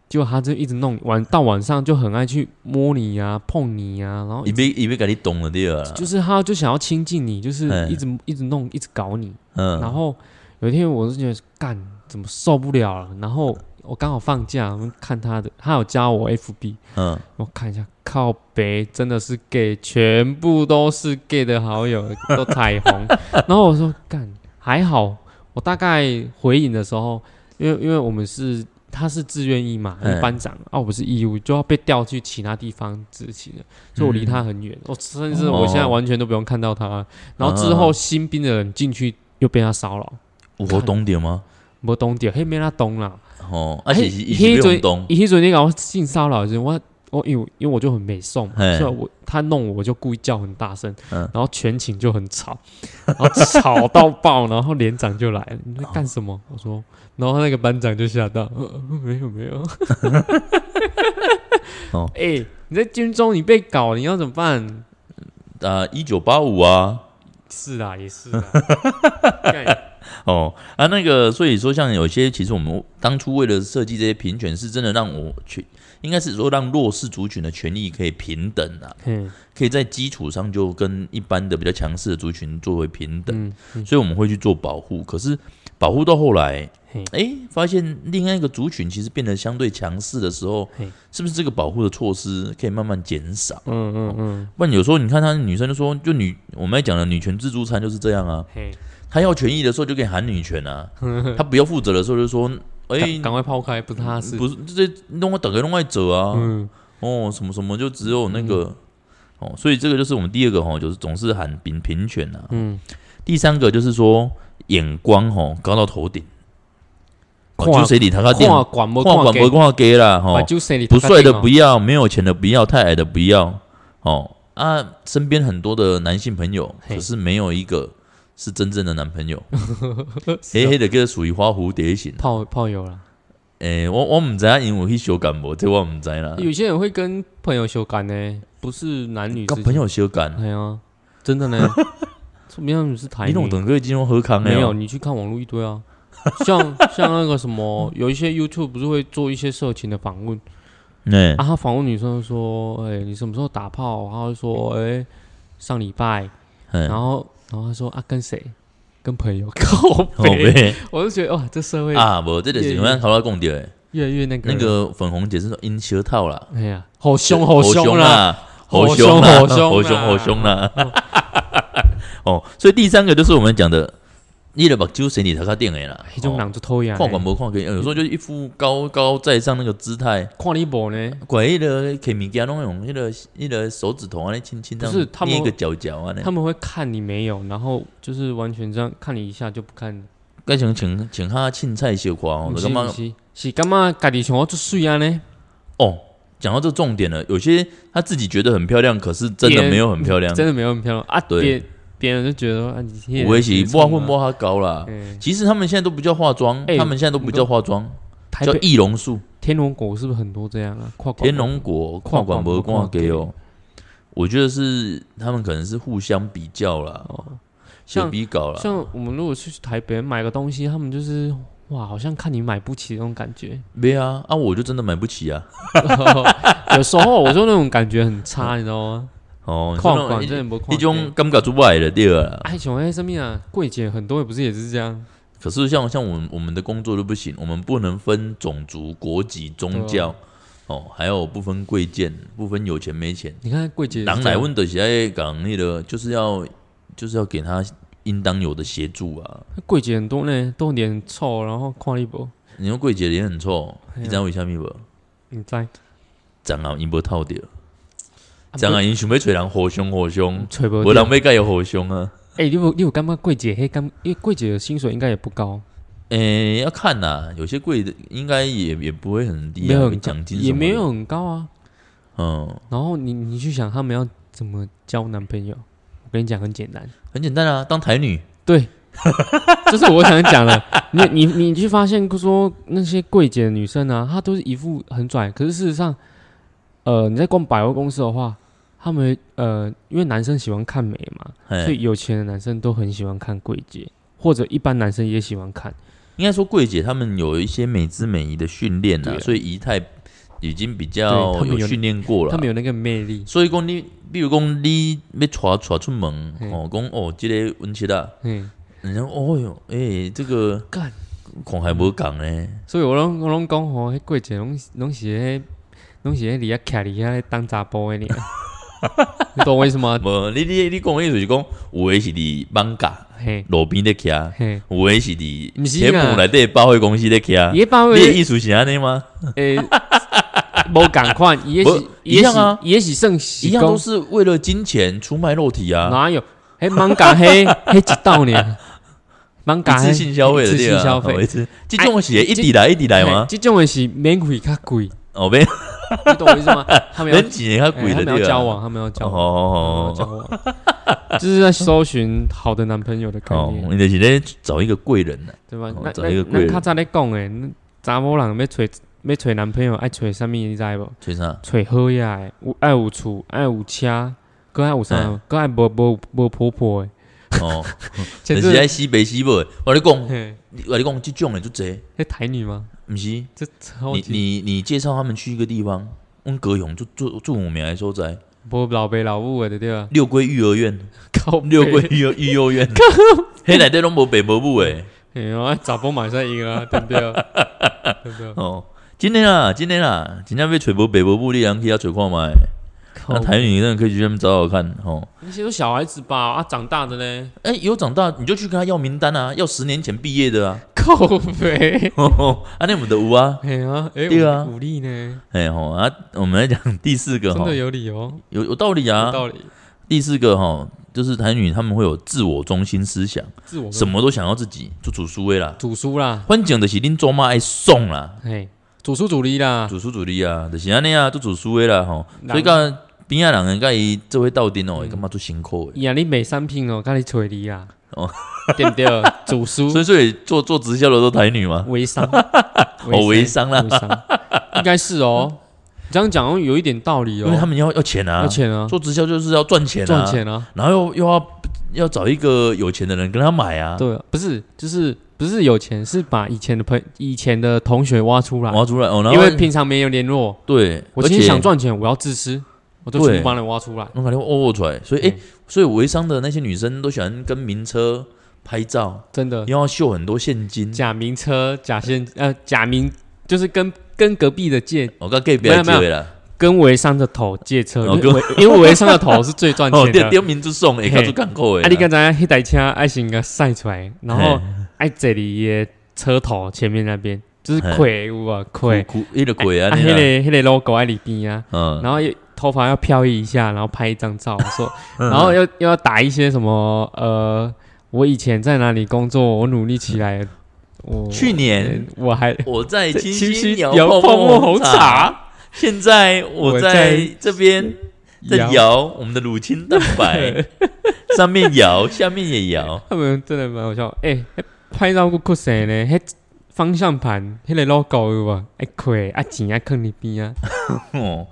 Speaker 2: 结果他就一直弄，晚到晚上就很爱去摸你呀、碰你呀、然后
Speaker 1: 伊要伊要甲你懂了对了啦，
Speaker 2: 就是他就想要亲近你，就是
Speaker 1: 哎
Speaker 2: 一直一直弄，一直搞你。然
Speaker 1: 嗯，
Speaker 2: 后有一天我是觉得干怎么受不了了，然后我刚好放假，我们看他的，他有加我 FB，
Speaker 1: 嗯，
Speaker 2: 我看一下，靠北真的是 gay，全部都是 gay 的好友，都彩虹。 然后我说干还好，我大概回应的时候，因为因为我们是他是自愿役嘛，
Speaker 1: 嗯
Speaker 2: 班长啊，我们是义务，就要被调去其他地方执勤的，所以我离他很远，我、甚至我现在
Speaker 1: 哦
Speaker 2: 完全都不用看到他。然后之后新兵的人进去又被他骚扰，
Speaker 1: 有好懂着吗？
Speaker 2: 没懂点，嘿没他懂啦。
Speaker 1: 哦，而且是
Speaker 2: 嘿
Speaker 1: 伊是
Speaker 2: 那
Speaker 1: 不
Speaker 2: 阵
Speaker 1: 用懂，
Speaker 2: 伊迄阵你甲我性骚扰的时候，我我因为因为我就很美颂嘛，
Speaker 1: 嘿
Speaker 2: 所以我他弄我我就故意叫很大声，
Speaker 1: 嗯
Speaker 2: 然后全寝就很吵，然后吵到爆，然后连长就来了，你在干什么？我说，然后他那个班长就吓到， 呃呃没有没有，
Speaker 1: 哦
Speaker 2: 哦， 哎，你在军中你被搞，你要怎么办？
Speaker 1: 啊，一九八五啊，
Speaker 2: 是啊，也是啊， 干
Speaker 1: 哦啊，那个，所以说像有些，其实我们当初为了设计这些平权，是真的让我去，应该是说让弱势族群的权利可以平等啊，
Speaker 2: 嗯
Speaker 1: 可以在基础上就跟一般的比较强势的族群作为平等，
Speaker 2: 嗯嗯
Speaker 1: 所以我们会去做保护。可是保护到后来
Speaker 2: 嘿，
Speaker 1: 哎，发现另外一个族群其实变得相对强势的时候
Speaker 2: 嘿，
Speaker 1: 是不是这个保护的措施可以慢慢减少？哦
Speaker 2: 嗯嗯嗯，
Speaker 1: 不然有时候你看他女生就说，就女我们在讲的女权自助餐就是这样啊，
Speaker 2: 嘿，
Speaker 1: 她要权益的时候就可以喊女权 啊，她不要负责的时候就说，哎、
Speaker 2: 赶赶快抛开，不是他是，
Speaker 1: 不是这弄我等个弄外者啊，
Speaker 2: 嗯
Speaker 1: 哦，什么什么就只有那个、哦，所以这个就是我们第二个哈、就是总是喊平平权啊。
Speaker 2: 嗯。
Speaker 1: 第三个就是说眼光吼、高到头顶，哦、
Speaker 2: 看
Speaker 1: 就谁理他他
Speaker 2: 看
Speaker 1: 电话
Speaker 2: 管不
Speaker 1: 管
Speaker 2: 给
Speaker 1: 不看给啦吼、
Speaker 2: 把酒塞里头
Speaker 1: 不帅的
Speaker 2: 搞定哦
Speaker 1: 不要，没有钱的不要，太矮的不要哦啊，身边很多的男性朋友，
Speaker 2: 嘿
Speaker 1: 可是没有一个是真正的男朋 友，黑黑的个属于花蝴蝶型。
Speaker 2: 泡泡友啦。
Speaker 1: 诶、我我唔知影因为去修改无，这我唔知道啦。
Speaker 2: 有些人会跟朋友修改呢，不是男女之
Speaker 1: 跟
Speaker 2: 间
Speaker 1: 朋，友修改，
Speaker 2: 哎呀，真的呢，说明他们是台
Speaker 1: 你
Speaker 2: 女
Speaker 1: 懂等个金融何康
Speaker 2: 没有？你去看网络一堆啊，像 像那个什么，有一些 YouTube 不是会做一些色情的访问
Speaker 1: 哎
Speaker 2: 啊，他访问女生说，哎，你什么时候打炮？他会说，哎，上礼拜，
Speaker 1: 哎，
Speaker 2: 然后然后他说啊，跟谁？跟朋友 靠
Speaker 1: 好
Speaker 2: 背，
Speaker 1: 呗
Speaker 2: 我就觉得哇，这社会
Speaker 1: 哦啊，无这就是我咱头先讲着的，
Speaker 2: 越来越那个
Speaker 1: 那个粉红姐是说因小套啦，
Speaker 2: 哎呀，好凶好凶啦！
Speaker 1: 啦，好
Speaker 2: 凶
Speaker 1: 凶
Speaker 2: 啦
Speaker 1: 啦，
Speaker 2: 好凶啊
Speaker 1: 好
Speaker 2: 啦
Speaker 1: 凶好凶啦。 哦，所以第三个就是我们讲的，你的目睭谁你头壳顶的啦，
Speaker 2: 迄种
Speaker 1: 哦
Speaker 2: 人就啊嗯讨厌的。
Speaker 1: 看管无看给，有时候就是一副高高在上那个姿态，
Speaker 2: 看你无呢？
Speaker 1: 拐迄个摕物件拢用迄个迄个手指头安尼轻轻这样
Speaker 2: 不是他们
Speaker 1: 捏一个角角安尼
Speaker 2: 他，们会看你没有，然后就是完全这样看你一下就不看你。
Speaker 1: 该像请请他凊彩小看哦，
Speaker 2: 不
Speaker 1: 就是感觉
Speaker 2: 不是，是感觉家己想要做水啊呢？
Speaker 1: 哦，讲到这重点了，有些她自己觉得很漂亮，可是真的没有很漂亮，
Speaker 2: 真的没有很漂亮啊！
Speaker 1: 对
Speaker 2: 别别人就觉得说啊，你
Speaker 1: 我也是摸混
Speaker 2: 摸。
Speaker 1: 摸她高啦。
Speaker 2: 嗯
Speaker 1: 其实他们现在都不叫化妆，
Speaker 2: 哎
Speaker 1: 他们现在都不叫化妆，
Speaker 2: 台
Speaker 1: 叫
Speaker 2: 北
Speaker 1: 易容术、
Speaker 2: 天龙国是不是很多这样啊？跨国
Speaker 1: 天龙果、跨管博、
Speaker 2: 跨
Speaker 1: 跨
Speaker 2: 管
Speaker 1: 给哦。我觉得是他们可能是互相比较啦，
Speaker 2: 哦，
Speaker 1: 相
Speaker 2: 像
Speaker 1: 比搞啦。
Speaker 2: 像我们如果去台北买个东西，他们就是哇，好像看你买不起那种感觉。
Speaker 1: 没啊啊，我就真的买不起啊。
Speaker 2: 有时候我说那种感觉很差，你知道吗？
Speaker 1: 哦，你说
Speaker 2: 跨
Speaker 1: 嗯那
Speaker 2: 管
Speaker 1: 种
Speaker 2: 真的不跨
Speaker 1: 一。一种感觉出不来的对了啦。
Speaker 2: 哎，像哎什么啊，柜姐很多也不是也是这样。
Speaker 1: 可是像像我们我们的工作就不行，我们不能分种族、国籍、宗教，
Speaker 2: 啊
Speaker 1: 哦，还有不分贵贱，不分有钱没钱。
Speaker 2: 你看柜姐是这
Speaker 1: 党
Speaker 2: 样，
Speaker 1: 乃问的是在讲那个，就是要就是要给他应当有的协助啊。
Speaker 2: 柜姐很多呢，都脸很臭，然后看你不，
Speaker 1: 你说柜姐脸很臭，
Speaker 2: 哎呀
Speaker 1: 你知道为什么不？
Speaker 2: 你知？
Speaker 1: 蟑螂因无套
Speaker 2: 啊
Speaker 1: 掉，蟑螂因想要找人火凶火凶，
Speaker 2: 吹啊不
Speaker 1: 无
Speaker 2: 掉
Speaker 1: 人。要甲伊火凶啊。
Speaker 2: 哎、你有你有感觉柜姐黑感，因为柜姐的薪水应该也不高，
Speaker 1: 诶、要看呐，有些贵的应该也也不会很低啊，
Speaker 2: 没有
Speaker 1: 有
Speaker 2: 很
Speaker 1: 奖金
Speaker 2: 也
Speaker 1: 什么
Speaker 2: 没
Speaker 1: 的
Speaker 2: 有，很高啊。
Speaker 1: 嗯，
Speaker 2: 然后你你去想他们要怎么交男朋友，我跟你讲很简单，
Speaker 1: 很简单啊，当台女，
Speaker 2: 对，这是我想讲的。你你你去发现说那些柜姐的女生啊，她都是一副很拽，可是事实上，呃，你在逛百货公司的话，他们呃，因为男生喜欢看美嘛，所
Speaker 1: 哎，
Speaker 2: 以有钱的男生都很喜欢看柜姐，或者一般男生也喜欢看。
Speaker 1: 应该说柜姐他们有一些美姿美仪的训练
Speaker 2: 对
Speaker 1: 呐，
Speaker 2: 啊
Speaker 1: 所以仪态已经比
Speaker 2: 对
Speaker 1: 较
Speaker 2: 他们有
Speaker 1: 训练过
Speaker 2: 他
Speaker 1: 了
Speaker 2: 们。有那个魅力，
Speaker 1: 所以讲你，比如讲你要带带出门，
Speaker 2: 嗯
Speaker 1: 哦，讲哦，这个温琪啦，
Speaker 2: 嗯，
Speaker 1: 人家哦哟，诶、这个
Speaker 2: 干，
Speaker 1: 恐还无讲呢，
Speaker 2: 所以我拢我拢讲吼，迄柜姐拢拢是迄拢是迄里遐徛里遐当查甫的 呢，你懂我意思吗？
Speaker 1: 无你你你讲的意思是讲，有的是伫放假
Speaker 2: 嘿
Speaker 1: 路边咧徛，
Speaker 2: 嘿，
Speaker 1: 有的是伫
Speaker 2: 不是啊
Speaker 1: 柬
Speaker 2: 啦
Speaker 1: 埔寨底百货公司咧徛，
Speaker 2: 一般
Speaker 1: 啊你的意思是安尼吗？
Speaker 2: 诶，呃 无共款，伊也
Speaker 1: 不
Speaker 2: 是，伊也
Speaker 1: 一样啊
Speaker 2: 是，伊也是算是
Speaker 1: 一样都
Speaker 2: 讲
Speaker 1: 是为了金钱出卖肉体啊，
Speaker 2: 哪有？嘿，芒港嘿， 嘿一道呢，芒港
Speaker 1: 一次性消费
Speaker 2: 一
Speaker 1: 的
Speaker 2: 次
Speaker 1: 对
Speaker 2: 性
Speaker 1: 啊，
Speaker 2: 消费哎
Speaker 1: 哦一次，这种是一直来一直来吗？
Speaker 2: 这种的是免费较贵，
Speaker 1: 哦，别
Speaker 2: 你懂我意思 吗？他们要
Speaker 1: 人几年较
Speaker 2: 哎
Speaker 1: 贵
Speaker 2: 他
Speaker 1: 的
Speaker 2: 们
Speaker 1: 对
Speaker 2: 要交
Speaker 1: 啊，
Speaker 2: 往，他们要交往，
Speaker 1: 哦
Speaker 2: 他们要交往， 就是在搜寻好的男朋友的概
Speaker 1: 哦，
Speaker 2: 念，
Speaker 1: 你就是咧找一个贵人呐，
Speaker 2: 对吧
Speaker 1: 哦？
Speaker 2: 那
Speaker 1: 找一
Speaker 2: 那
Speaker 1: 个贵
Speaker 2: 那
Speaker 1: 人
Speaker 2: 较早咧讲诶，那查某人要找要找男朋友，爱找啥物，你知无？
Speaker 1: 崔啥？
Speaker 2: 找好嘢的，有爱有厝，爱有车，搁爱有啥
Speaker 1: 嗯？
Speaker 2: 搁爱无无无婆婆的。
Speaker 1: 哦，
Speaker 2: 前
Speaker 1: 就是
Speaker 2: 阵
Speaker 1: 在西北西北，我咧讲，
Speaker 2: 嘿，
Speaker 1: 我咧讲，这种的就多，
Speaker 2: 迄台女吗？
Speaker 1: 不是？
Speaker 2: 这超
Speaker 1: 你
Speaker 2: 级
Speaker 1: 你你介绍他们去一个地方，温格勇就住住我们来收宅，
Speaker 2: 无老爸老母的 对吧？
Speaker 1: 六龟育儿院，
Speaker 2: 靠
Speaker 1: 六龟育儿育 幼院，黑奶都拢无北无母诶。
Speaker 2: 哎呦，查甫嘛会使用啊，对不对？对不对？
Speaker 1: 哦，今天啊，今天啊，今天被吹无北无母，你人去遐吹看卖。
Speaker 2: 靠
Speaker 1: 那，台女真的可以去那边找找看哦。
Speaker 2: 那些都小孩子吧，啊，长大的呢？
Speaker 1: 哎、有长大你就去跟他要名单啊，要十年前毕业的 啊。
Speaker 2: 靠呗。
Speaker 1: 啊，那我们的无 啊，
Speaker 2: 哎呀，哎，
Speaker 1: 对啊
Speaker 2: 武武力呢，
Speaker 1: 哎吼啊，我们来讲第四个
Speaker 2: 真
Speaker 1: 哈
Speaker 2: 的，有理哦，
Speaker 1: 有有道理
Speaker 2: 有
Speaker 1: 啊。
Speaker 2: 道理。
Speaker 1: 第四个哈，就是台女他们会有自我中心思想，
Speaker 2: 自我
Speaker 1: 什么都想要自己，就主输威啦。
Speaker 2: 主输啦？
Speaker 1: 反正就是恁祖妈爱送啦，
Speaker 2: 嘿，主输主力啦，
Speaker 1: 主输主力啊，就是安尼啊，做主输的啦吼。
Speaker 2: 人嗯
Speaker 1: 所以讲边仔人人甲伊做伙斗阵哦，会感觉做辛苦的。
Speaker 2: 伊啊，你卖产品哦，甲你找你啊，
Speaker 1: 哦，
Speaker 2: 对不对？主 输。
Speaker 1: 所以所以做做直销的都台女嘛，
Speaker 2: 微商，
Speaker 1: 哦微商啦
Speaker 2: 微商应该是哦。你这样讲有一点道理
Speaker 1: 因
Speaker 2: 哦，
Speaker 1: 为他们要要钱啊
Speaker 2: 要，钱啊，
Speaker 1: 做直销就是要赚钱
Speaker 2: 赚
Speaker 1: 啊，
Speaker 2: 钱啊，
Speaker 1: 然后又又要要找一个有钱的人跟他买啊，
Speaker 2: 对，不是就是不是有钱，是把以前的朋以前的同学挖出来，
Speaker 1: 挖出来哦，然后
Speaker 2: 因为平常没有联络。
Speaker 1: 对，
Speaker 2: 我
Speaker 1: 而
Speaker 2: 今
Speaker 1: 且
Speaker 2: 天想赚钱，我要自私，我就全
Speaker 1: 对
Speaker 2: 部帮你挖出来。
Speaker 1: 我感觉哦哦出来，所以哎、
Speaker 2: 嗯
Speaker 1: 所以微商的那些女生都喜欢跟名车拍照，
Speaker 2: 真的，
Speaker 1: 又要秀很多现金。
Speaker 2: 假名车、假现呃假名，就是跟跟隔壁的借，
Speaker 1: 我哦跟 gay 不要
Speaker 2: 没有没
Speaker 1: 结了，
Speaker 2: 跟微商的头借车，
Speaker 1: 哦
Speaker 2: 因为因为微商的头是最赚
Speaker 1: 哦，
Speaker 2: 钱的
Speaker 1: 丢。丢名就送，哎，
Speaker 2: 嘿
Speaker 1: 搞出港口哎
Speaker 2: 啊，，你敢知影迄台车爱先甲晒出来，然后
Speaker 1: 嘿
Speaker 2: 爱坐伫伊的车头前面那边，就是
Speaker 1: 嘿
Speaker 2: 盔有啊盔，
Speaker 1: 苦一个鬼
Speaker 2: 啊
Speaker 1: 啊，
Speaker 2: 迄
Speaker 1: 你
Speaker 2: 个
Speaker 1: 啦，
Speaker 2: 迄个 logo 爱里边啊，
Speaker 1: 嗯，
Speaker 2: 然后又头发要飘逸一下，然后拍一张照， 说，
Speaker 1: 嗯
Speaker 2: 然后又又要打一些什么呃，我以前在哪里工作，我努力起来，我
Speaker 1: 去年
Speaker 2: 呃我还
Speaker 1: 我在清
Speaker 2: 新
Speaker 1: 新摇
Speaker 2: 摇泡
Speaker 1: 泡
Speaker 2: 沫
Speaker 1: 沫
Speaker 2: 红
Speaker 1: 红
Speaker 2: 茶
Speaker 1: 茶，。现在
Speaker 2: 我
Speaker 1: 我
Speaker 2: 在
Speaker 1: 在这边在
Speaker 2: 摇
Speaker 1: 摇我们的乳清蛋
Speaker 2: 哎
Speaker 1: 白，上面摇，下面也摇，
Speaker 2: 他们真的蛮好笑。哎、欸，拍照过酷谁呢？迄方向盘，迄、个 logo 有无？哎，亏啊钱啊坑里边啊，
Speaker 1: 哦，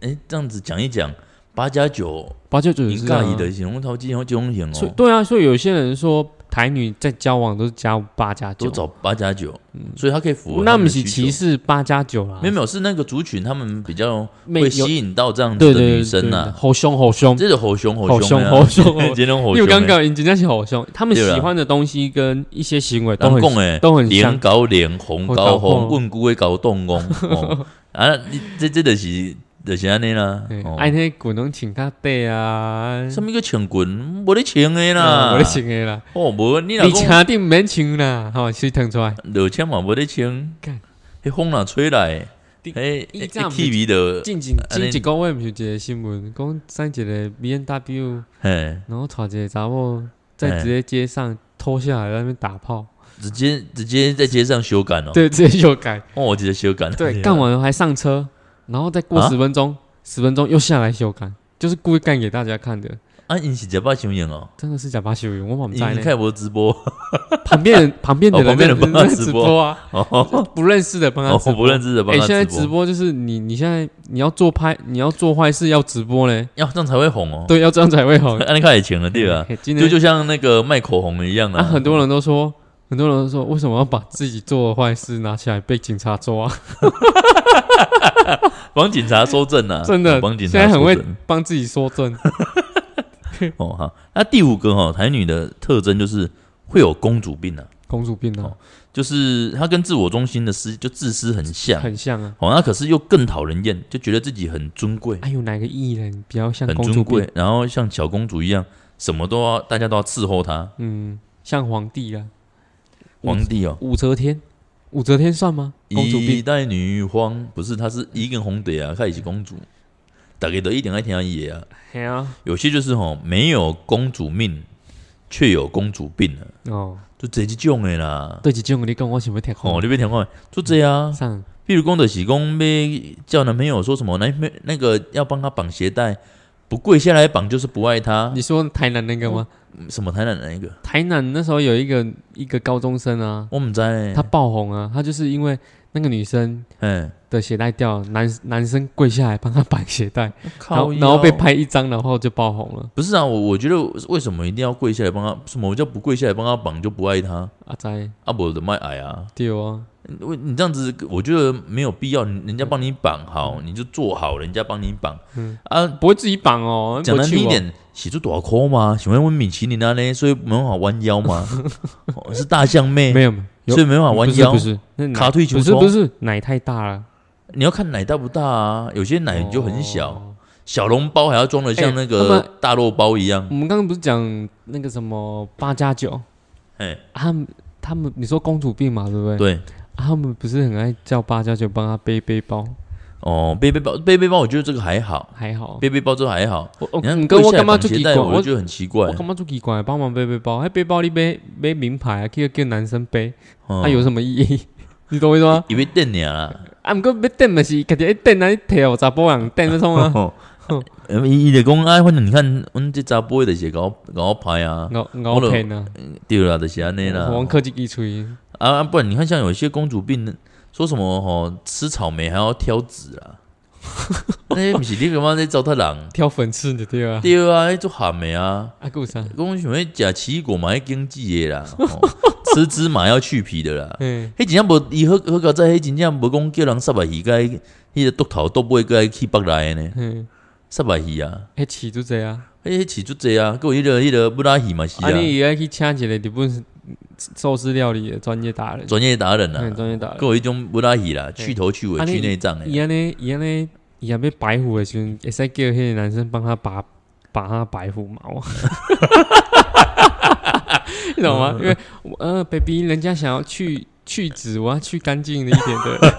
Speaker 1: 哎，这样子讲一讲，八加九，
Speaker 2: 八九九
Speaker 1: 你
Speaker 2: 是啊
Speaker 1: 尬。伊的形容头肌，然后这种型
Speaker 2: 所以
Speaker 1: 哦，
Speaker 2: 对啊，所以有些人说台女在交往都是加八加
Speaker 1: 都
Speaker 2: 九，
Speaker 1: 找八加九，所以他可以符合
Speaker 2: 嗯那
Speaker 1: 他们
Speaker 2: 不
Speaker 1: 的
Speaker 2: 是
Speaker 1: 需
Speaker 2: 歧
Speaker 1: 求。
Speaker 2: 视八加九啦
Speaker 1: 没，有没有，是那个族群他们比较
Speaker 2: 没
Speaker 1: 会
Speaker 2: 有
Speaker 1: 吸引到这样
Speaker 2: 对
Speaker 1: 子
Speaker 2: 对
Speaker 1: 的
Speaker 2: 对
Speaker 1: 女生啊
Speaker 2: 对
Speaker 1: 呐
Speaker 2: 对，好凶好凶，
Speaker 1: 这是吼熊吼
Speaker 2: 好
Speaker 1: 熊
Speaker 2: 凶
Speaker 1: 的啊
Speaker 2: 好凶，好
Speaker 1: 今天吼
Speaker 2: 因
Speaker 1: 熊
Speaker 2: 为
Speaker 1: 欸
Speaker 2: 刚
Speaker 1: 的，
Speaker 2: 刚真的是好凶，他们喜欢的东西跟一些行为都
Speaker 1: 啊人
Speaker 2: 很
Speaker 1: 讲诶，
Speaker 2: 都很像
Speaker 1: 连，高连红
Speaker 2: 我
Speaker 1: 高
Speaker 2: 搞
Speaker 1: 红，
Speaker 2: 过
Speaker 1: 问姑会搞动工 哦啊！你这这就是就是安尼啦，哦
Speaker 2: 哎，那滚动请他对啊，
Speaker 1: 什么叫穿裙？无咧穿的啦，
Speaker 2: 我的请的啦。
Speaker 1: 哦，无啊你若
Speaker 2: 你
Speaker 1: 讲
Speaker 2: 车顶免穿啦，吼、是腾出来。
Speaker 1: 落签嘛无咧穿
Speaker 2: 干，
Speaker 1: 迄风若吹来，
Speaker 2: 你
Speaker 1: 迄
Speaker 2: 以
Speaker 1: 迄
Speaker 2: 前不是
Speaker 1: 气味的，
Speaker 2: 近近
Speaker 1: 安尼
Speaker 2: 近啊一个月，毋是有一个新闻，讲生一个 B N W，
Speaker 1: 嘿，
Speaker 2: 然后带一个查某在直接街上脱下来在那边打炮，
Speaker 1: 直接直接在街上修改哦，
Speaker 2: 对，直接修改，
Speaker 1: 哦，我直接修改，
Speaker 2: 对，干完还上车，然后再过
Speaker 1: 啊
Speaker 2: 十分钟，十、分钟又下来修改，就是故意干给大家看的，
Speaker 1: 啊，你是假扮熊眼哦，
Speaker 2: 真的是假巴修员，我满
Speaker 1: 你
Speaker 2: 在
Speaker 1: 你
Speaker 2: 呢。
Speaker 1: 看我直播
Speaker 2: 旁 边人旁边的
Speaker 1: 哦旁
Speaker 2: 人
Speaker 1: 边
Speaker 2: 在
Speaker 1: 人帮
Speaker 2: 在
Speaker 1: 他
Speaker 2: 直
Speaker 1: 直播
Speaker 2: 播啊，
Speaker 1: 哦，
Speaker 2: 不认识的帮他
Speaker 1: 我
Speaker 2: 直播。
Speaker 1: 不认识的帮
Speaker 2: 哎、
Speaker 1: 他
Speaker 2: 现在
Speaker 1: 直
Speaker 2: 直播就是你，你现在你要做拍，你要做坏事要直播嘞，
Speaker 1: 要这样才会红哦，
Speaker 2: 对，要这样才会红。
Speaker 1: 那你看也钱了对吧？
Speaker 2: 嘿今天
Speaker 1: 就嗯就像那个卖口红的一样
Speaker 2: 嗯啊，很多人都说，很多人都说，为什么要把自己做的坏事拿起来被警察抓？
Speaker 1: 帮警察收证啊，
Speaker 2: 真的，
Speaker 1: 帮警察
Speaker 2: 现在很
Speaker 1: 收
Speaker 2: 会
Speaker 1: 证
Speaker 2: 帮自己说正。
Speaker 1: 哦好，那第五个哈、哦，台女的特征就是会有公主病啊，
Speaker 2: 公主病啊，
Speaker 1: 就是她跟自我中心的思就自私很像，
Speaker 2: 很像啊。
Speaker 1: 哦，那可是又更讨人厌，就觉得自己很尊贵，
Speaker 2: 哎呦，哪个艺人比较像
Speaker 1: 很
Speaker 2: 公
Speaker 1: 尊
Speaker 2: 主病
Speaker 1: 哎贵？，然后像小公主一样，什么都要大家都要伺候她。
Speaker 2: 嗯，像皇帝啊，
Speaker 1: 皇帝哦，
Speaker 2: 武则天，武则天算吗？公主
Speaker 1: 一
Speaker 2: 病，
Speaker 1: 代女皇不是，她是一根红蝶啊，她也是公主，大概都一点爱听她爷啊。
Speaker 2: 嘿啊，
Speaker 1: 有些就是吼、没有公主命，却有公主病啊，
Speaker 2: 哦，
Speaker 1: 就这几种的啦。
Speaker 2: 对起，这种你讲我想要听
Speaker 1: 哦，
Speaker 2: 好
Speaker 1: 你别听看，就这样、啊。
Speaker 2: 上
Speaker 1: 譬如公的喜公被叫男朋友说什么，男朋那个要帮他绑鞋带，不跪下来绑就是不爱他
Speaker 2: 你。说台南那个吗？
Speaker 1: 什么台南的那个？
Speaker 2: 台南那时候有一个一个高中生啊，
Speaker 1: 我们在
Speaker 2: 他爆红啊，他就是因为那个女生
Speaker 1: 哎，
Speaker 2: 的鞋带掉了，男男生跪下来帮她绑鞋带，然
Speaker 1: 靠
Speaker 2: 后
Speaker 1: 腰
Speaker 2: 然后被拍一张，然后就爆红了。
Speaker 1: 不是啊，我我觉得为什么一定要跪下来帮他？什么叫不跪下来帮他绑就不爱他？
Speaker 2: 阿仔
Speaker 1: 啊，我的卖矮啊！
Speaker 2: 丢啊，
Speaker 1: 我你这样子，我觉得没有必要。人家帮你绑好，
Speaker 2: 嗯
Speaker 1: 你就做好，人家帮你绑。啊，
Speaker 2: 不会自己绑哦，
Speaker 1: 讲难听一
Speaker 2: 不会嗯去哦，
Speaker 1: 点，写出多少扣吗？喜欢问米其林啊呢，所以没办法弯腰 吗？哦是大象妹，
Speaker 2: 没有没有
Speaker 1: 所以没办法弯腰
Speaker 2: 不。是不是那奶
Speaker 1: 卡退球
Speaker 2: 不是
Speaker 1: 冲
Speaker 2: 不是奶太大了，
Speaker 1: 你要看奶大不大啊？有些奶就很小，
Speaker 2: 哦
Speaker 1: 小笼包还要装的像那
Speaker 2: 哎
Speaker 1: 个
Speaker 2: 他
Speaker 1: 大肉包一样
Speaker 2: 我。们刚刚不是讲那个什么八加九，
Speaker 1: 哎，
Speaker 2: 啊他们他们你说公主病嘛，对不对？
Speaker 1: 对。
Speaker 2: 啊他们不是很爱叫八加九帮他背背包，
Speaker 1: 哦，背背包，背背包，我觉得这个还好，
Speaker 2: 还好。
Speaker 1: 背背包这个还好。
Speaker 2: 我我
Speaker 1: 你看
Speaker 2: 哦你跟我
Speaker 1: 跪下来
Speaker 2: 干嘛
Speaker 1: 绑
Speaker 2: 就
Speaker 1: 鞋
Speaker 2: 奇
Speaker 1: 带
Speaker 2: 怪？
Speaker 1: 我
Speaker 2: 我
Speaker 1: 就觉得很奇怪
Speaker 2: 我。干嘛做奇怪？帮忙背背包，还背包你背背名牌啊，叫叫男生背，那、
Speaker 1: 他
Speaker 2: 有什么意义？ 你懂我意思吗？
Speaker 1: 一被哦电你啊
Speaker 2: 啊，毋过要等嘛是，家己一等啊，摕互查甫人等得创 啊，
Speaker 1: 啦，呃 伊伊就讲啊，反正你看，阮这查甫的就是搞搞拍啊，
Speaker 2: 我我哎骗啊，
Speaker 1: 对啦，就是安尼啦。
Speaker 2: 哦我科技技吹，
Speaker 1: 啊，啊不然你看，像有一些公主病，说什么吼吃草莓还要挑籽 啊，那些不是你干嘛在糟蹋人？
Speaker 2: 挑粉刺就对啊，
Speaker 1: 对啊，那做喊的啊。
Speaker 2: 啊还有啥？
Speaker 1: 讲想要食奇异果嘛，要经济的啦， 吼吃芝麻要去皮的啦。
Speaker 2: 嗯，
Speaker 1: 迄真正无，伊好好到在，迄真正无讲叫人杀白鱼，甲迄迄个毒头毒尾个去北来的呢，
Speaker 2: 嗯，
Speaker 1: 杀白鱼啊，
Speaker 2: 迄饲就这啊，
Speaker 1: 迄迄饲足济啊，佮有迄个迄个布拉鱼嘛是
Speaker 2: 啊，
Speaker 1: 啊，
Speaker 2: 你也要去请一个日本寿司料理的专业达人，
Speaker 1: 专业达人啊，
Speaker 2: 嗯，专业达
Speaker 1: 佮
Speaker 2: 人，
Speaker 1: 有迄种布拉鱼啦，
Speaker 2: 对
Speaker 1: 去头去尾
Speaker 2: 啊你
Speaker 1: 去内脏
Speaker 2: 伊
Speaker 1: 的，
Speaker 2: 安尼伊安尼伊安尼白虎的时阵，会使叫迄个男生帮他拔拔他白虎毛。你懂吗？因为我呃，baby，人家想要去去脂，我要去干净的一点的，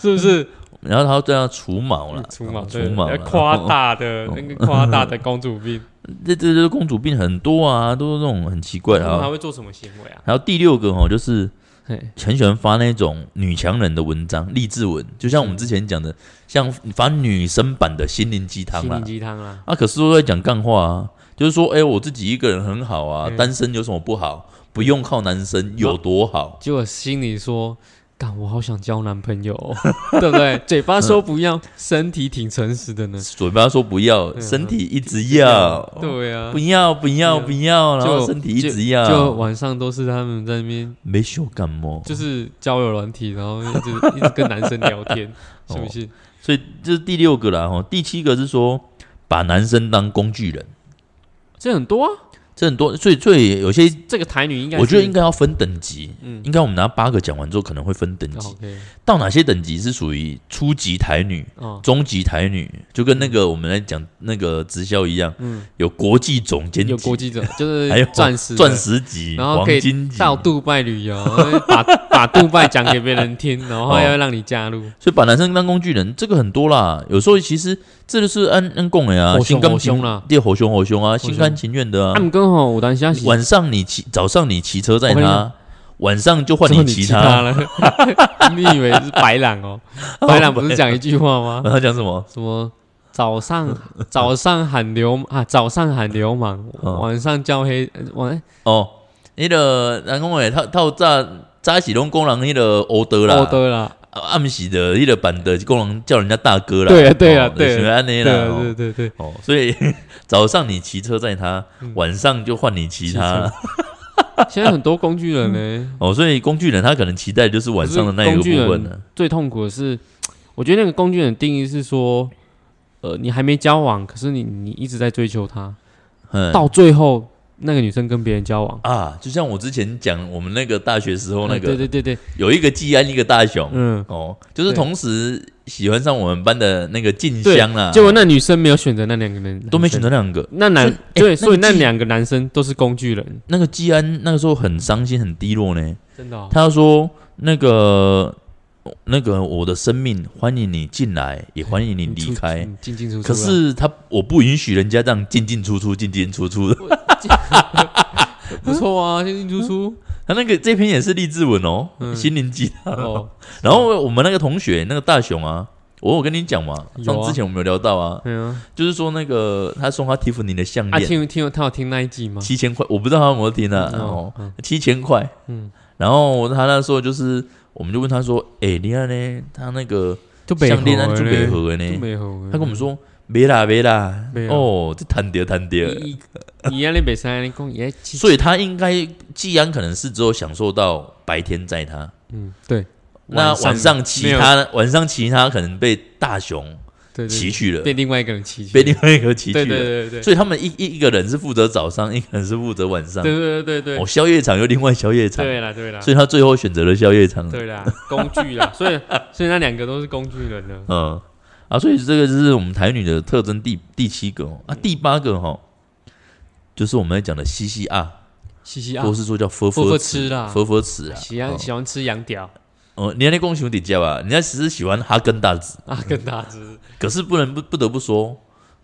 Speaker 2: 是不是？
Speaker 1: 然后他要对他除毛啦，
Speaker 2: 除毛，
Speaker 1: 除
Speaker 2: 对
Speaker 1: 毛啦
Speaker 2: 要，夸大的那个夸大的公主病，
Speaker 1: 这这这公主病很多啊，都是那种很奇怪
Speaker 2: 他们还
Speaker 1: 啊。
Speaker 2: 会做什么行为啊？
Speaker 1: 然后第六个吼，就是
Speaker 2: 嘿，
Speaker 1: 很喜欢发那种女强人的文章，励志文，就像我们之前讲的，像发女生版的心灵鸡汤
Speaker 2: 心
Speaker 1: 啦
Speaker 2: 灵。鸡汤啊，
Speaker 1: 啊，可是都在讲干话啊，就是说，哎、我自己一个人很好啊，
Speaker 2: 嗯
Speaker 1: 单身有什么不好？不用靠男生有多好？
Speaker 2: 结果心里说。干，我好想交男朋友哦、对不对？嘴巴说不要，身体挺诚实的呢。
Speaker 1: 嘴巴说不要，
Speaker 2: 嗯
Speaker 1: 身体一直要，
Speaker 2: 对啊
Speaker 1: 不，要不要不要，然后
Speaker 2: 就
Speaker 1: 身体一啊直
Speaker 2: 就
Speaker 1: 要，
Speaker 2: 晚上都是他们在那边
Speaker 1: 没羞感冒，
Speaker 2: 就是交友软体，然后一直一直跟男生聊 天，是
Speaker 1: 哦
Speaker 2: 不是？
Speaker 1: 所以这是第六个啦。哦，第七个是说把男生当工具人，
Speaker 2: 这很多啊，
Speaker 1: 这很多，所以所以有些
Speaker 2: 这个台女应该
Speaker 1: 我觉得应该
Speaker 2: 该
Speaker 1: 要分等级，
Speaker 2: 嗯
Speaker 1: 应该我们拿八个讲完之后可能会分等级，
Speaker 2: 哦 OK
Speaker 1: 到哪些等级是属于初级台女、
Speaker 2: 哦，
Speaker 1: 中级台女，就跟那个我们来讲那个直销一样，
Speaker 2: 嗯，
Speaker 1: 有国际总监级
Speaker 2: 有国际者就
Speaker 1: 还有
Speaker 2: 是钻石的
Speaker 1: 钻，石级、
Speaker 2: 然后
Speaker 1: 黄
Speaker 2: 可以
Speaker 1: 金级，
Speaker 2: 到杜拜旅游，打打把杜拜讲给别人听，然后要让你加入。
Speaker 1: 所以把男生当工具人，这个很多啦。有时候其实这就是按按供的啊，
Speaker 2: 吼
Speaker 1: 心
Speaker 2: 凶
Speaker 1: 甘
Speaker 2: 吼
Speaker 1: 情
Speaker 2: 凶啦
Speaker 1: 对吼熊吼熊啊，
Speaker 2: 凶
Speaker 1: 心甘情愿的啊
Speaker 2: 他。们跟吼，我当下是
Speaker 1: 晚上你骑，早上你骑车载
Speaker 2: 我跟你
Speaker 1: 他
Speaker 2: 讲，
Speaker 1: 晚上就换
Speaker 2: 就
Speaker 1: 你
Speaker 2: 你
Speaker 1: 骑
Speaker 2: 他
Speaker 1: 他。
Speaker 2: 了。 你以为是白 朗哦？白朗不是讲一句话吗？
Speaker 1: 他讲什么？
Speaker 2: 什么早上早上喊流啊，早上喊流氓，
Speaker 1: 嗯
Speaker 2: 晚上叫黑呃晚
Speaker 1: 哦，那个南宫伟，他他炸炸起拢工人那个欧德啦，
Speaker 2: 哦对啦，
Speaker 1: 啊暗时的那个版的工人叫人家大哥啦。
Speaker 2: 对啊对啊
Speaker 1: 哦
Speaker 2: 对啊
Speaker 1: 就喜欢这
Speaker 2: 对
Speaker 1: 样啦。
Speaker 2: 啊
Speaker 1: 哦
Speaker 2: 对对对，
Speaker 1: 哦，所以 早上你骑车载他，
Speaker 2: 嗯
Speaker 1: 晚上就换你骑他。
Speaker 2: 现在很多工具 人呢，
Speaker 1: 哦，所以工具人他可能期待就是晚上的那一个
Speaker 2: 可是
Speaker 1: 部
Speaker 2: 工具
Speaker 1: 分啊
Speaker 2: 人
Speaker 1: 呢、
Speaker 2: 最痛苦的是，我觉得那个工具人的定义是说，呃，你还没交往，可是你你一直在追求他，
Speaker 1: 嗯
Speaker 2: 到最后那个女生跟别人交往，
Speaker 1: 啊，就像我之前讲，我们那个大学时候那
Speaker 2: 嗯
Speaker 1: 个、
Speaker 2: 对对对对，
Speaker 1: 有一个季安，一个大雄，
Speaker 2: 嗯，
Speaker 1: 哦，就是
Speaker 2: 对
Speaker 1: 同时喜欢上我们班的那个静
Speaker 2: 对
Speaker 1: 香啦，
Speaker 2: 结果那女生没有选择那两个人，
Speaker 1: 啊都没选择。两个。
Speaker 2: 那男
Speaker 1: 所以哎
Speaker 2: 对，所以
Speaker 1: 那个
Speaker 2: 那
Speaker 1: 记
Speaker 2: 两个男生都是工具人，
Speaker 1: 那个季安那个时候很伤心，很低落呢。
Speaker 2: 真的哦。
Speaker 1: 他说：“那个那个，我的生命欢迎你进来，也欢迎你
Speaker 2: 你
Speaker 1: 离
Speaker 2: 出
Speaker 1: 开。”
Speaker 2: 你进进出出啊。
Speaker 1: 可是他，我不允许人家这样进进出出、进进出出的。
Speaker 2: 不错啊，进进出出。
Speaker 1: 他那个这篇也是励志文哦，
Speaker 2: 嗯
Speaker 1: 心灵鸡汤。
Speaker 2: 哦，
Speaker 1: 然后我们那个同学，那个大雄啊，我有跟你讲嘛，
Speaker 2: 有啊
Speaker 1: 像之前我们有聊到啊，
Speaker 2: 对啊，
Speaker 1: 就是说那个他送他蒂芙尼的项
Speaker 2: 啊，
Speaker 1: 链，
Speaker 2: 听听他有听那一集吗？
Speaker 1: 七千块，我不知道他有没有听啊，
Speaker 2: 嗯
Speaker 1: 哦，
Speaker 2: 嗯
Speaker 1: 七千块，
Speaker 2: 嗯
Speaker 1: 然后他那时候就是，我们就问他说，哎，你看呢，他那个
Speaker 2: 就北
Speaker 1: 项链那就
Speaker 2: 北
Speaker 1: 北河的
Speaker 2: 就
Speaker 1: 呢，
Speaker 2: 北河。
Speaker 1: 他跟我们说。没啦没啦
Speaker 2: 没，有
Speaker 1: 哦，这谈掉谈掉，
Speaker 2: 你，你你那里北山，你讲也七，
Speaker 1: 所以他应该季安可能是只有享受到白天载他，
Speaker 2: 嗯，对，
Speaker 1: 那晚上
Speaker 2: 没
Speaker 1: 骑
Speaker 2: 有
Speaker 1: 他，晚上骑他可能被大雄
Speaker 2: 对对
Speaker 1: 骑
Speaker 2: 对
Speaker 1: 去了，
Speaker 2: 被另外一个人骑去，
Speaker 1: 被另外一个骑去
Speaker 2: 对对
Speaker 1: 了。
Speaker 2: 对对对
Speaker 1: 所以他们一一一个人是负责早上，一个人是负责晚上。
Speaker 2: 对对对对
Speaker 1: 哦，宵夜场又另外宵夜场，
Speaker 2: 对啦对啦
Speaker 1: 所以他最后选择了宵夜场。
Speaker 2: 对啦，工具啦，所以所以那两个都是工具人了。
Speaker 1: 嗯，啊，所以这个就是我们台女的特征第第七个哦，啊，第八个哈、哦，就是我们在讲的西西啊，
Speaker 2: 嘻嘻啊
Speaker 1: 或，是说叫佛
Speaker 2: 佛
Speaker 1: 佛
Speaker 2: 佛吃啦
Speaker 1: 佛佛吃啊。
Speaker 2: 喜欢喜欢吃羊屌
Speaker 1: 哦，你那共兄弟家吧，人家只是喜欢哈根达斯，
Speaker 2: 啊，跟大只
Speaker 1: 可是不能不不得不说，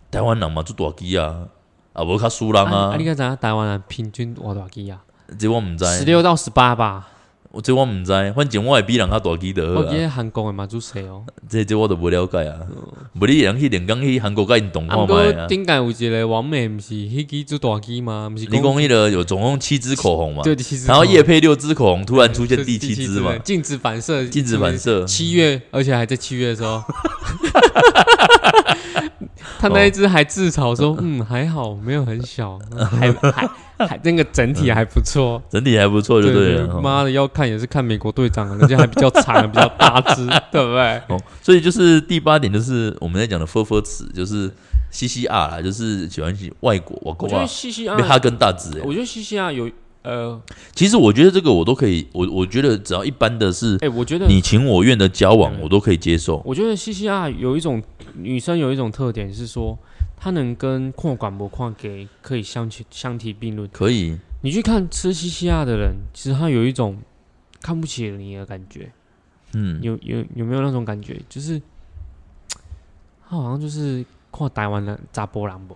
Speaker 1: 台湾人嘛做大鸡啊，啊，无较输人
Speaker 2: 啊，
Speaker 1: 啊
Speaker 2: 你，看咱台湾人平均多少斤啊？
Speaker 1: 这我唔知，
Speaker 2: 十六到十八吧。
Speaker 1: 我这我唔知，反正我也比人较大鸡得
Speaker 2: 我
Speaker 1: 好
Speaker 2: 记
Speaker 1: 啊。
Speaker 2: 得韩国的嘛做谁哦？
Speaker 1: 这这我都不了解啊，无你人去连江去韩国甲因动
Speaker 2: 啊，
Speaker 1: 看
Speaker 2: 毋
Speaker 1: 卖
Speaker 2: 过
Speaker 1: 啊。
Speaker 2: 顶届有一个王美，毋是迄支做大支吗？毋是
Speaker 1: 你讲迄个有总共七支口红嘛，
Speaker 2: 对，其实
Speaker 1: 然后叶配六支口红，突然出现第七支嘛，
Speaker 2: 禁止反射，
Speaker 1: 禁止反射
Speaker 2: 七月，而且还在七月的时 候，他那一只还自嘲说：“
Speaker 1: 哦
Speaker 2: 嗯，还好，没有 很小，还还还那个整体还不错。”
Speaker 1: 整体还不错就对了。哦
Speaker 2: 妈的，要看也是看美国队长，人家还比较长，比较大只， 对不对？
Speaker 1: 哦，所以就是第八点，就是我们在讲的 “fur fur” 词，就是西西啊啦，就是喜欢去外国我
Speaker 2: 我
Speaker 1: 国
Speaker 2: 觉得
Speaker 1: 啊，
Speaker 2: 西西
Speaker 1: 被哈
Speaker 2: 啊，
Speaker 1: 根达斯欸。
Speaker 2: 我觉得西西啊有呃，
Speaker 1: 其实我觉得这个我都可以，我我觉得只要一般的是
Speaker 2: 哎，我觉得
Speaker 1: 你情我愿的交往，我都可以接受。
Speaker 2: 我觉得 C C R 有一种女生有一种特点是说，她能跟扩管膜矿给可以相提相提并论。
Speaker 1: 可以，
Speaker 2: 你去看吃 C C R 的人，其实他有一种看不起你的感觉，
Speaker 1: 嗯，
Speaker 2: 有有有没有那种感觉？就是他好像就是看台湾人查波人无，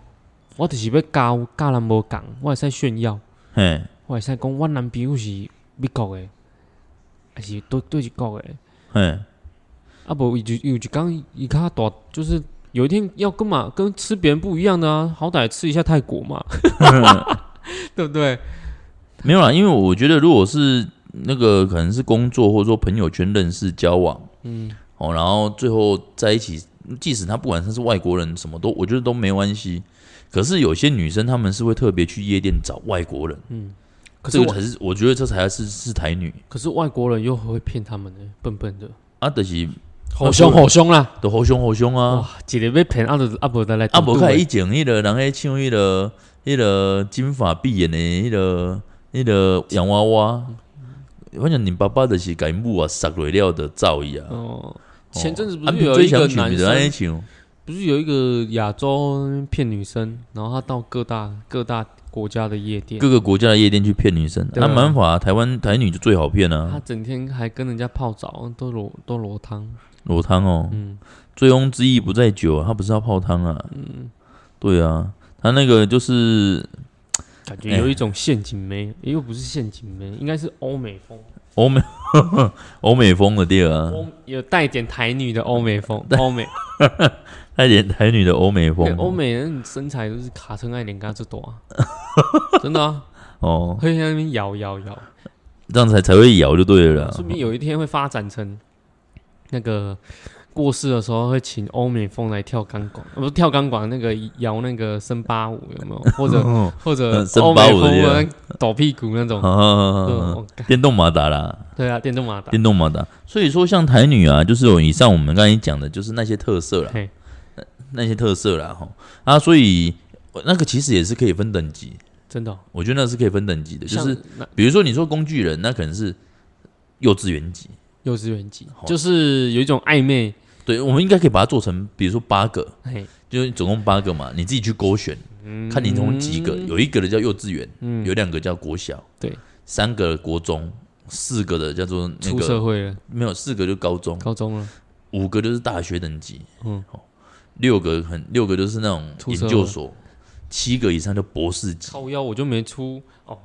Speaker 2: 我就是要教教人无讲，我会使炫耀，
Speaker 1: 嘿，
Speaker 2: 我会使讲我男朋友是美国的，还是对对一国的。
Speaker 1: 嘿，
Speaker 2: 啊不，有一有一刚伊较大，就是有一天要跟嘛跟吃别人不一样的啊，好歹吃一下泰国 嘛，对不对？
Speaker 1: 没有啦，因为我觉得如果是那个可能是工作或者说朋友圈认识交往，
Speaker 2: 嗯，
Speaker 1: 哦，然后最后在一起，即使他不管他是外国人什么都，我觉得都没关系。可是有些女生她们是会特别去夜店找外国人，
Speaker 2: 嗯可是
Speaker 1: 这个
Speaker 2: 我
Speaker 1: 才是我觉得这才是是台女
Speaker 2: 可是外国人又会骗他们呢，笨笨的，
Speaker 1: 啊，就是
Speaker 2: 好凶好凶啦！
Speaker 1: 都好凶好凶啊，
Speaker 2: 哇，一个被骗，啊就啊无再来
Speaker 1: 啊，
Speaker 2: 赌赌
Speaker 1: 无看
Speaker 2: 的
Speaker 1: 以前迄个人迄唱迄个迄个金发碧眼的迄个迄个洋娃娃，
Speaker 2: 嗯
Speaker 1: 反正你爸爸就是改母啊杀落了的造诣啊。
Speaker 2: 哦。前阵子不
Speaker 1: 啊
Speaker 2: 是有
Speaker 1: 追
Speaker 2: 一个
Speaker 1: 想
Speaker 2: 男
Speaker 1: 曲就是安尼哦
Speaker 2: 生，
Speaker 1: 唱，
Speaker 2: 不是有一个亚洲骗女生，然后他到各大各大国家的夜店，
Speaker 1: 各个国家的夜店去骗女生，
Speaker 2: 对
Speaker 1: 那
Speaker 2: 啊
Speaker 1: 没办法，台湾台女就最好骗
Speaker 2: 他
Speaker 1: 啊，
Speaker 2: 整天还跟人家泡澡，都裸都裸汤，
Speaker 1: 裸汤哦，
Speaker 2: 嗯，
Speaker 1: 醉翁之意不在酒啊，他不是要泡汤啊，
Speaker 2: 嗯
Speaker 1: 对啊，他那个就是哎
Speaker 2: 感觉有一种陷阱妹，又不是陷阱妹，应该是欧美风，
Speaker 1: 欧美 欧美风的店啊，
Speaker 2: 欧有带一点台女的欧美风，欧美
Speaker 1: 带点台女的欧美
Speaker 2: 对
Speaker 1: 风，
Speaker 2: 欧美人身材都是卡成爱脸嘎子多啊， 真的啊，
Speaker 1: 哦，
Speaker 2: 会在那边摇摇摇，
Speaker 1: 这样才才会咬就对了啦
Speaker 2: 说不定有一天会发展成那个过世的时候会请欧美风来跳钢管，呃不是跳钢管，那个摇那个森巴舞 有没有？或者
Speaker 1: 哦
Speaker 2: 或者
Speaker 1: 嗯森
Speaker 2: 欧
Speaker 1: 巴
Speaker 2: 美
Speaker 1: 舞
Speaker 2: 风
Speaker 1: 的
Speaker 2: 的抖屁股那种
Speaker 1: 啊，啊
Speaker 2: 对
Speaker 1: 啊啊
Speaker 2: 我干
Speaker 1: 电动马达啦，
Speaker 2: 对啊，电动马达，
Speaker 1: 电动马达。所以说，像台女啊，就是有以上我们刚才讲的，就是那些特色啦，
Speaker 2: 嘿，
Speaker 1: 那些特色啦，哈啊，所以呃那个其实也是可以分等级，
Speaker 2: 真的哦，
Speaker 1: 我觉得那是可以分等级的，就
Speaker 2: 像
Speaker 1: 是
Speaker 2: 那
Speaker 1: 比如说你说工具人，那可能是幼稚园级，
Speaker 2: 幼稚园级
Speaker 1: 好，
Speaker 2: 就是有一种暧昧，
Speaker 1: 对，我们应该可以把它做成，比如说八个，
Speaker 2: 嘿，
Speaker 1: 就是总共八个嘛，你自己去勾选，
Speaker 2: 嗯
Speaker 1: 看你从几个，有一个的叫幼稚园，有两个叫国小，
Speaker 2: 对，
Speaker 1: 三个国中，四个的叫做那
Speaker 2: 出
Speaker 1: 个
Speaker 2: 社会了，
Speaker 1: 没有，四个就高中，
Speaker 2: 高中了，
Speaker 1: 五个就是大学等级，
Speaker 2: 嗯
Speaker 1: 哦，六个很六个就是那种
Speaker 2: 出社
Speaker 1: 研
Speaker 2: 会
Speaker 1: 究所，七个以上叫博士级，
Speaker 2: 靠腰我就没出哦，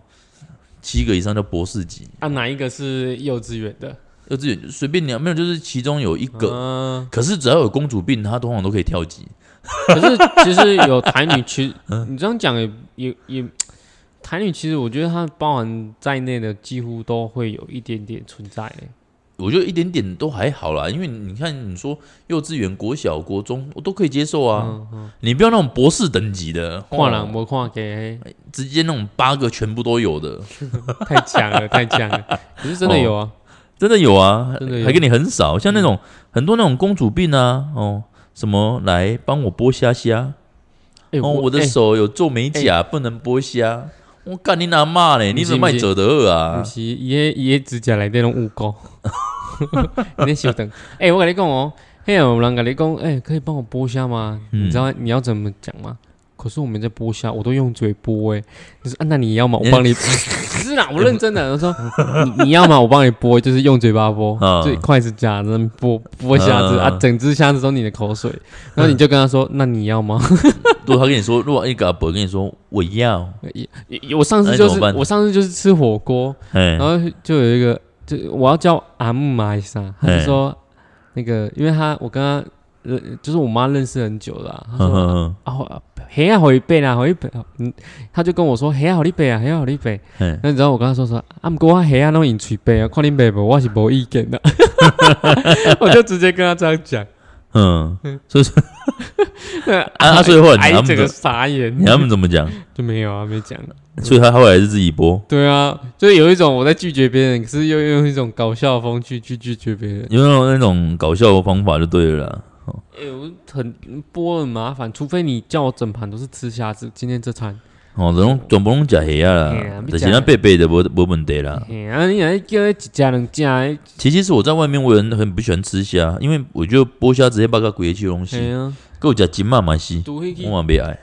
Speaker 1: 七个以上叫博士级，
Speaker 2: 啊，哪一个是幼稚园的？
Speaker 1: 幼稚园就随便你啊，没有就是其中有一个，
Speaker 2: 嗯
Speaker 1: 可是只要有公主病，她通常都可以跳级，
Speaker 2: 可是其实有台女， 其实你这样讲也也也，台女其实我觉得它包含在内的几乎都会有一点点存在。
Speaker 1: 我觉得一点点都还好啦，因为你看你说幼稚园、国小、国中我都可以接受啊，
Speaker 2: 嗯嗯，
Speaker 1: 你不要那种博士等级的，
Speaker 2: 跨
Speaker 1: 哦
Speaker 2: 栏我跨给
Speaker 1: 直接那种八个全部都有 的，
Speaker 2: 太强了，太强了。可是真的有
Speaker 1: 哦
Speaker 2: 啊，
Speaker 1: 真的有啊，
Speaker 2: 真的有嗯
Speaker 1: 还给你很少，像那种、很多那种公主病啊，哦，什么来帮我剥虾虾，
Speaker 2: 哎
Speaker 1: 哦，我的
Speaker 2: 哎
Speaker 1: 手有做美甲，不能剥虾，我干你哪骂嘞，
Speaker 2: 不
Speaker 1: 你
Speaker 2: 是
Speaker 1: 怎么卖折得
Speaker 2: 不
Speaker 1: 啊？
Speaker 2: 是也也指甲来那种污垢。你稍等，哎，我跟你讲哦，嘿，有人跟你讲，哎，可以帮我剥虾吗？
Speaker 1: 嗯
Speaker 2: 你知道你要怎么讲吗？可是我们在剥虾，我都用嘴剥哎、你说啊，那你 要吗？我帮你。不是啦，我认真的。我说 你你要吗？我帮你剥，欸就是用嘴巴剥
Speaker 1: 嗯，
Speaker 2: 就筷子夹着剥剥虾子
Speaker 1: 嗯
Speaker 2: 啊，整只虾子都你的口水。然后你就跟他说，那你要吗？
Speaker 1: 如果他跟你说，如果一个阿伯跟你说我要，
Speaker 2: 我上次
Speaker 1: 那
Speaker 2: 就
Speaker 1: 你怎
Speaker 2: 是
Speaker 1: 么办
Speaker 2: 我上次就是吃火锅，
Speaker 1: 哎
Speaker 2: 然，后就有一个，就我要叫阿木马还是啥，他就说那个，因为他我跟他呃，就是我妈认识很久了啊、
Speaker 1: 嗯
Speaker 2: 他说
Speaker 1: 嗯
Speaker 2: 啊，我黑啊好一倍啦，好一倍，嗯，他就跟我说黑啊好一倍啊，黑啊好一倍。
Speaker 1: 嗯
Speaker 2: 那你知道我跟他说说，啊，不过我黑啊拢用嘴背啊，看你背不，我是无意见的， 我就直接跟他这样讲，
Speaker 1: 嗯嗯，所以说
Speaker 2: 啊
Speaker 1: 啊所以后来你
Speaker 2: 哎
Speaker 1: 他，们
Speaker 2: 整个
Speaker 1: 怎
Speaker 2: 傻眼，
Speaker 1: 你他们怎么讲？
Speaker 2: 就没有啊，没讲。
Speaker 1: 所以他后来是自己剥，
Speaker 2: 对啊，就是有一种我在拒绝别人，可是又用一种搞笑的风去去拒绝别人。
Speaker 1: 有那种那种搞笑的方法就对了啦。
Speaker 2: 哎、我很剥很麻烦，除非你叫我整盘都是吃虾子，今天这餐。
Speaker 1: 哦，这种总不能假黑啊
Speaker 2: 嘿
Speaker 1: 啦
Speaker 2: 啊，不
Speaker 1: 但
Speaker 2: 吃
Speaker 1: 是那贝贝的无无问题啦。
Speaker 2: 嘿、啊，你来叫他一家两家，
Speaker 1: 其其实我在外面，我也很很不喜欢吃虾，因为我觉得剥虾直接把个鬼去东
Speaker 2: 嘿
Speaker 1: 西，
Speaker 2: 啊，
Speaker 1: 够食金嘛嘛西，
Speaker 2: 除非去
Speaker 1: 我，啊嘛袂爱。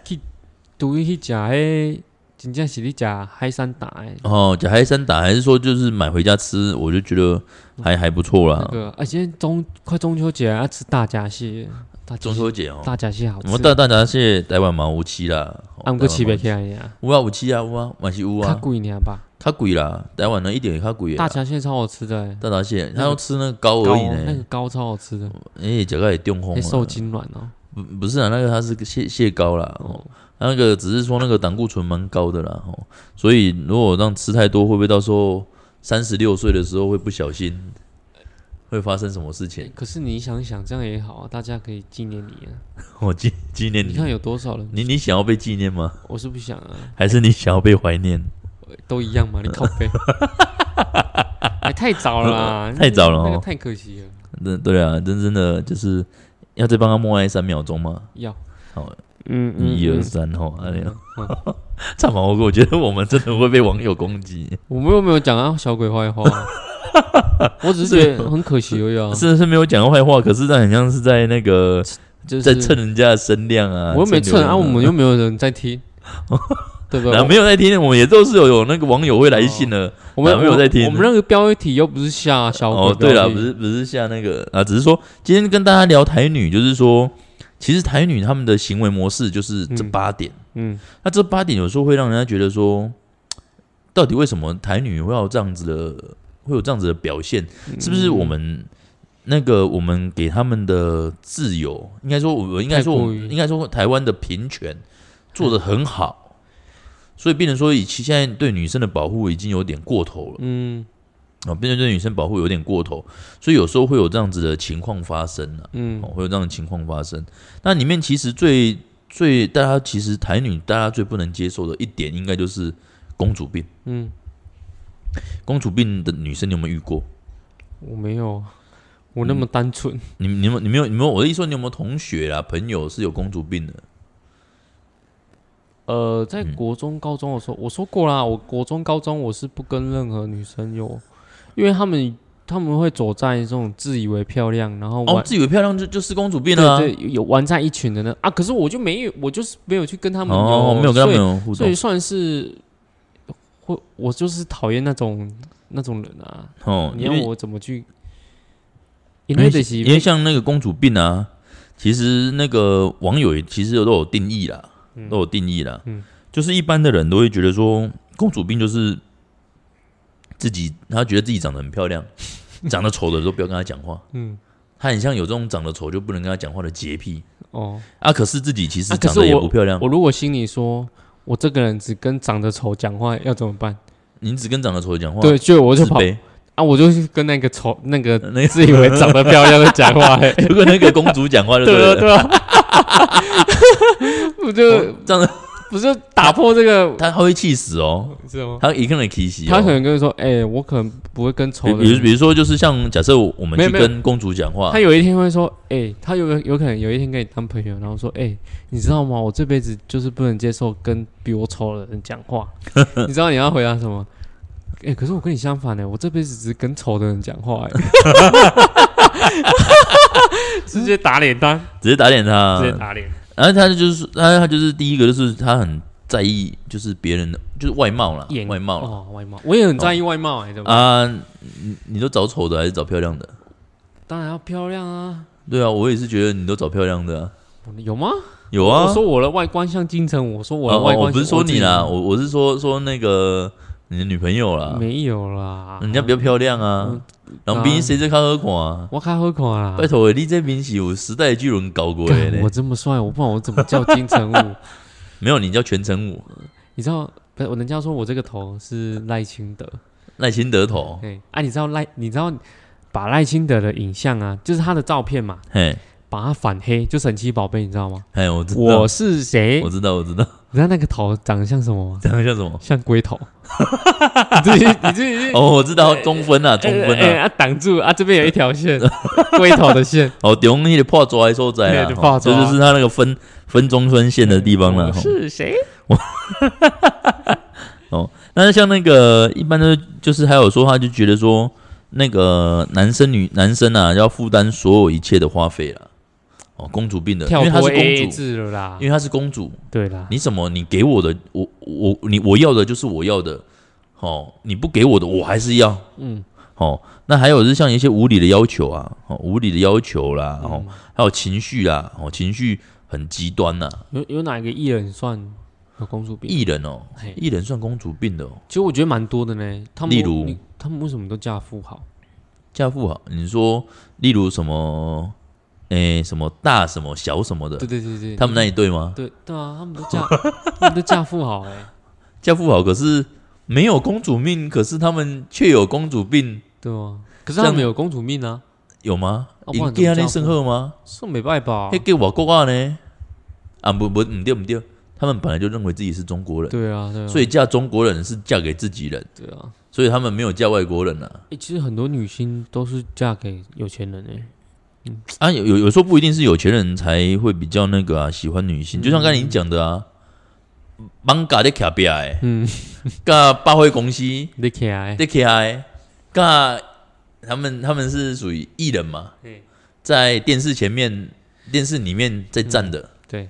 Speaker 2: 除非去食迄，真正是你食海产打的，
Speaker 1: 哦，假海山打还是说就是买回家吃，我就觉得还还不错
Speaker 2: 那
Speaker 1: 啦。
Speaker 2: 个，而且啊中快中秋节要吃大闸蟹，大闸
Speaker 1: 中
Speaker 2: 蟹
Speaker 1: 秋节哦，
Speaker 2: 大闸蟹好
Speaker 1: 我
Speaker 2: 吃
Speaker 1: 们，大大闸蟹台湾嘛有吃啦，
Speaker 2: 啊，毋过吃袂起来呀，
Speaker 1: 有啊有吃啊有啊，嘛是有
Speaker 2: 较
Speaker 1: 啊，
Speaker 2: 贵呢吧？
Speaker 1: 较贵啦，台湾人一点也较贵
Speaker 2: 大
Speaker 1: 啦。
Speaker 2: 闸蟹超好吃的、欸，
Speaker 1: 大闸蟹，他要吃那个膏而
Speaker 2: 膏
Speaker 1: 已
Speaker 2: 那个
Speaker 1: 呢，
Speaker 2: 膏超好吃的，
Speaker 1: 哎，脚个也中风
Speaker 2: 还受
Speaker 1: 了。
Speaker 2: 精卵哦、
Speaker 1: 不不是啊，那个它是个蟹蟹膏啦，哦，它那个只是说那个胆固醇蛮高的啦，哦，所以如果让吃太多，会不会到时候三十六岁的时候会不小心会发生什么事
Speaker 2: 欸
Speaker 1: 情？
Speaker 2: 可是你想一想，这样也好啊，大家可以纪念你啊。
Speaker 1: 我哦纪纪念
Speaker 2: 你
Speaker 1: 你，
Speaker 2: 看有多少人，
Speaker 1: 你你想要被纪念吗？
Speaker 2: 我是不想啊。
Speaker 1: 还是你想要被怀念？
Speaker 2: 都一样嘛，你靠 背。哎，太早了啦，
Speaker 1: 太早了哦
Speaker 2: 那个太可惜了。
Speaker 1: 那对啊，真真的就是要再帮他默哀三秒钟嘛，
Speaker 2: 要，
Speaker 1: 好，
Speaker 2: 嗯
Speaker 1: 一二，三吼，哎呀，
Speaker 2: 嗯
Speaker 1: 差毛我觉得我们真的会被网友攻击，
Speaker 2: 我们又没有讲啊小鬼 坏话啊，我只是觉得很可惜而已啊，
Speaker 1: 是是没有讲过坏话，可是但很像是在那个
Speaker 2: 就是
Speaker 1: 在蹭人家的声量啊，
Speaker 2: 我又没蹭
Speaker 1: 流量
Speaker 2: 啊，我们又没有人在听，对不对？
Speaker 1: 哪
Speaker 2: 我
Speaker 1: 没有在听？我们也都是有有那个网友会来信的。
Speaker 2: 我们
Speaker 1: 哪没有在听
Speaker 2: 我们那个标题又不是下小鬼
Speaker 1: 哦，对
Speaker 2: 标
Speaker 1: 了，
Speaker 2: 题
Speaker 1: 不是不是下那个啊，只是说今天跟大家聊台女，就是说，其实台女她们的行为模式就是这
Speaker 2: 嗯
Speaker 1: 八点。
Speaker 2: 嗯，
Speaker 1: 那这八点有时候会让人家觉得说，到底为什么台女会有这样子的，会有这样子的表现？
Speaker 2: 嗯
Speaker 1: 是不是我们那个我们给他们的自由，应该说，我应该说，
Speaker 2: 太
Speaker 1: 我
Speaker 2: 过于
Speaker 1: 们应该说台湾的平权做得很好，所以变成说，以其现在对女生的保护已经有点过头了。嗯，啊，变成对女生保护有点过头，所以有时候会有这样子的情况发生啊。嗯、哦，会有这样的情况发生。那里面其实最最大家其实台女大家最不能接受的一点，应该就是公主病。嗯，公主病的女生你有没有遇过？
Speaker 2: 我没有，啊我那么单纯，
Speaker 1: 你你们你没有你没有我的意思说你有没有同学啦朋友是有公主病的？
Speaker 2: 呃，在
Speaker 1: 嗯
Speaker 2: 国中、高中的时候，我说过啦，我国中、高中我是不跟任何女生有，因为他们他们会走在这种自以为漂亮，然后玩、
Speaker 1: 哦，自以为漂亮就就是公主病啊。
Speaker 2: 对对，有玩在一群的呢啊，可是我就没有，我就是没有去跟他们有，啊
Speaker 1: 哦，没有跟他们有互
Speaker 2: 所以，所以
Speaker 1: 动
Speaker 2: 算是会，我就是讨厌那种那种人啊，
Speaker 1: 哦，
Speaker 2: 你
Speaker 1: 因
Speaker 2: 要
Speaker 1: 为
Speaker 2: 我怎么去？因
Speaker 1: 因
Speaker 2: 为
Speaker 1: 为
Speaker 2: 得
Speaker 1: 因为像那个公主病啊，其实那个网友也其实都有定义啦，都有定义啦。嗯，就是一般的人都会觉得说，公主病就是自己，她觉得自己长得很漂 亮，长得丑的都不要跟她讲话。嗯，她很像有这种长得丑就不能跟她讲话的洁癖
Speaker 2: 哦，
Speaker 1: 啊。可是自己其实
Speaker 2: 啊可
Speaker 1: 长
Speaker 2: 是
Speaker 1: 得也
Speaker 2: 我
Speaker 1: 不漂亮，
Speaker 2: 我如果心里说我这个人只跟长得丑讲话，要怎么办？
Speaker 1: 你只跟长得丑的讲话，
Speaker 2: 对，就我就
Speaker 1: 自
Speaker 2: 跑
Speaker 1: 卑。
Speaker 2: 啊，我就是跟那个丑那个
Speaker 1: 那个
Speaker 2: 自以为 长得漂亮的讲话、欸，
Speaker 1: 就跟那个公主讲话就
Speaker 2: 对啊
Speaker 1: 了。
Speaker 2: 对啊，不就
Speaker 1: 哦这样子
Speaker 2: 不是打破这个
Speaker 1: 她她会气死哦，
Speaker 2: 是吗？
Speaker 1: 她一个人气死哦。
Speaker 2: 他可能跟你说，哎、我可能不会跟丑
Speaker 1: 比
Speaker 2: 的
Speaker 1: 比如
Speaker 2: 人。
Speaker 1: 比啊如说，就是像假设我们
Speaker 2: 没有
Speaker 1: 去
Speaker 2: 没有
Speaker 1: 跟公主讲话
Speaker 2: 他，有一天会说，哎、他有有可能有一天跟你当朋友，然后说，哎、你知道吗？我这辈子就是不能接受跟比我丑的人讲话。 你知道你要回答什么？哎、可是我跟你相反呢、我这辈子只是跟丑的人讲话、 欸， 直接打脸他，
Speaker 1: 直接打脸他，
Speaker 2: 直接打脸。
Speaker 1: 然后他就是他他就是第一个就是他很在意就是别人的就是外貌啦，
Speaker 2: 眼
Speaker 1: 外貌啦
Speaker 2: 哦，外貌，我也很在意外貌哎、对吧？
Speaker 1: 啊，你你都找丑的还是找漂亮的？
Speaker 2: 当然要漂亮啊，
Speaker 1: 对啊，我也是觉得你都找漂亮的啊、
Speaker 2: 有吗？
Speaker 1: 有啊。
Speaker 2: 我说我的外观像金城武，我说我的
Speaker 1: 哦
Speaker 2: 外观、
Speaker 1: 我不是说你啦，，我我是说说那个你的女朋友啦，
Speaker 2: 没有嗯啦，
Speaker 1: 人家比较漂亮啊，然后比谁这靠喝款啊？
Speaker 2: 我开喝款 啦。
Speaker 1: 拜托欸，你这明星有时代巨轮搞过
Speaker 2: 嗯干
Speaker 1: 嘞
Speaker 2: 我，这么帅，我不然我怎么叫金城武？
Speaker 1: 没有你叫全程武
Speaker 2: 你知道，不是我人家说我这个头是赖清德，
Speaker 1: 赖清德头，
Speaker 2: 哎、啊，你知道赖，你知道把赖清德的影像啊，就是他的照片嘛，
Speaker 1: 嘿，
Speaker 2: 把它反黑，就神奇宝贝，你知道吗？
Speaker 1: 嘿，哎我知道，
Speaker 2: 我是谁？
Speaker 1: 我知道，我知道，
Speaker 2: 你知道那个头长得像什么吗？
Speaker 1: 这样叫什么？
Speaker 2: 像龟头。 你自己，你自己去。
Speaker 1: 哦，我知道中分啊，中分
Speaker 2: 哎哎
Speaker 1: 啊，
Speaker 2: 啊，挡住啊！这边有一 条线，龟头的线。
Speaker 1: 哦，中那个破抓还收窄
Speaker 2: 对
Speaker 1: 了，
Speaker 2: 就破
Speaker 1: 哦
Speaker 2: 纸
Speaker 1: 这
Speaker 2: 啊
Speaker 1: 就是他那个分分中分线的地方了哦
Speaker 2: 我。是谁？
Speaker 1: 那像那个一般的，就是还有说，他就觉得说，那个男生女男生啊，要负担所有一切的花费了。哦，公主病的，因
Speaker 2: 跳
Speaker 1: 为她
Speaker 2: 脱
Speaker 1: 是
Speaker 2: A
Speaker 1: 公主，
Speaker 2: 制了啦
Speaker 1: 因。为她是公主，
Speaker 2: 对啦，
Speaker 1: 你什么你给我的，我我你我要的就是我要的，哦，你不给我的我还是要，嗯，哦，那还有是像一些无理的要求啊，哦，无理的要求啦，
Speaker 2: 嗯
Speaker 1: 哦，还有情绪啦，哦，情绪很极端呐、
Speaker 2: 有有哪一个艺人算有公主病？
Speaker 1: 艺人哦
Speaker 2: 嘿，
Speaker 1: 艺人算公主病的哦，
Speaker 2: 其实我觉得蛮多的呢。他们
Speaker 1: 例如
Speaker 2: 你他们为什么都嫁富豪？
Speaker 1: 嫁富豪，你说例如什么，诶、什么大什么小什么
Speaker 2: 对
Speaker 1: 的，
Speaker 2: 对对对，
Speaker 1: 他们那一对吗？
Speaker 2: 对对啊，他们都嫁， 他们都嫁富豪哎，
Speaker 1: 嫁富豪可是没有公主命，可是他们却有公主病，
Speaker 2: 对啊。可是他
Speaker 1: 这
Speaker 2: 们有公主命啊，
Speaker 1: 有吗
Speaker 2: 啊？不
Speaker 1: 你
Speaker 2: 然怎么
Speaker 1: 给他那
Speaker 2: 嫁
Speaker 1: 圣
Speaker 2: 富
Speaker 1: 赫吗？
Speaker 2: 是没办法
Speaker 1: 嘿，。给我国话呢？啊，不不，唔对唔对，他们本来就认为自己是中国人，
Speaker 2: 对啊，对啊，
Speaker 1: 所以嫁中国人是嫁给自己人，
Speaker 2: 对啊。
Speaker 1: 所以他们没有嫁外国人啊。
Speaker 2: 哎，其实很多女星都是嫁给有钱人哎。
Speaker 1: 啊，有有有时候不一定是有钱人才会比较那个啊，喜欢女性，
Speaker 2: 嗯
Speaker 1: 就像刚才你讲的啊，芒嘎的卡比哎，嗯，噶百货公司
Speaker 2: 你啊起来，
Speaker 1: 的卡哎，噶他们他们是属于艺人嘛
Speaker 2: 嗯，
Speaker 1: 在电视
Speaker 2: 嗯
Speaker 1: 前面电视里面在站的，
Speaker 2: 对，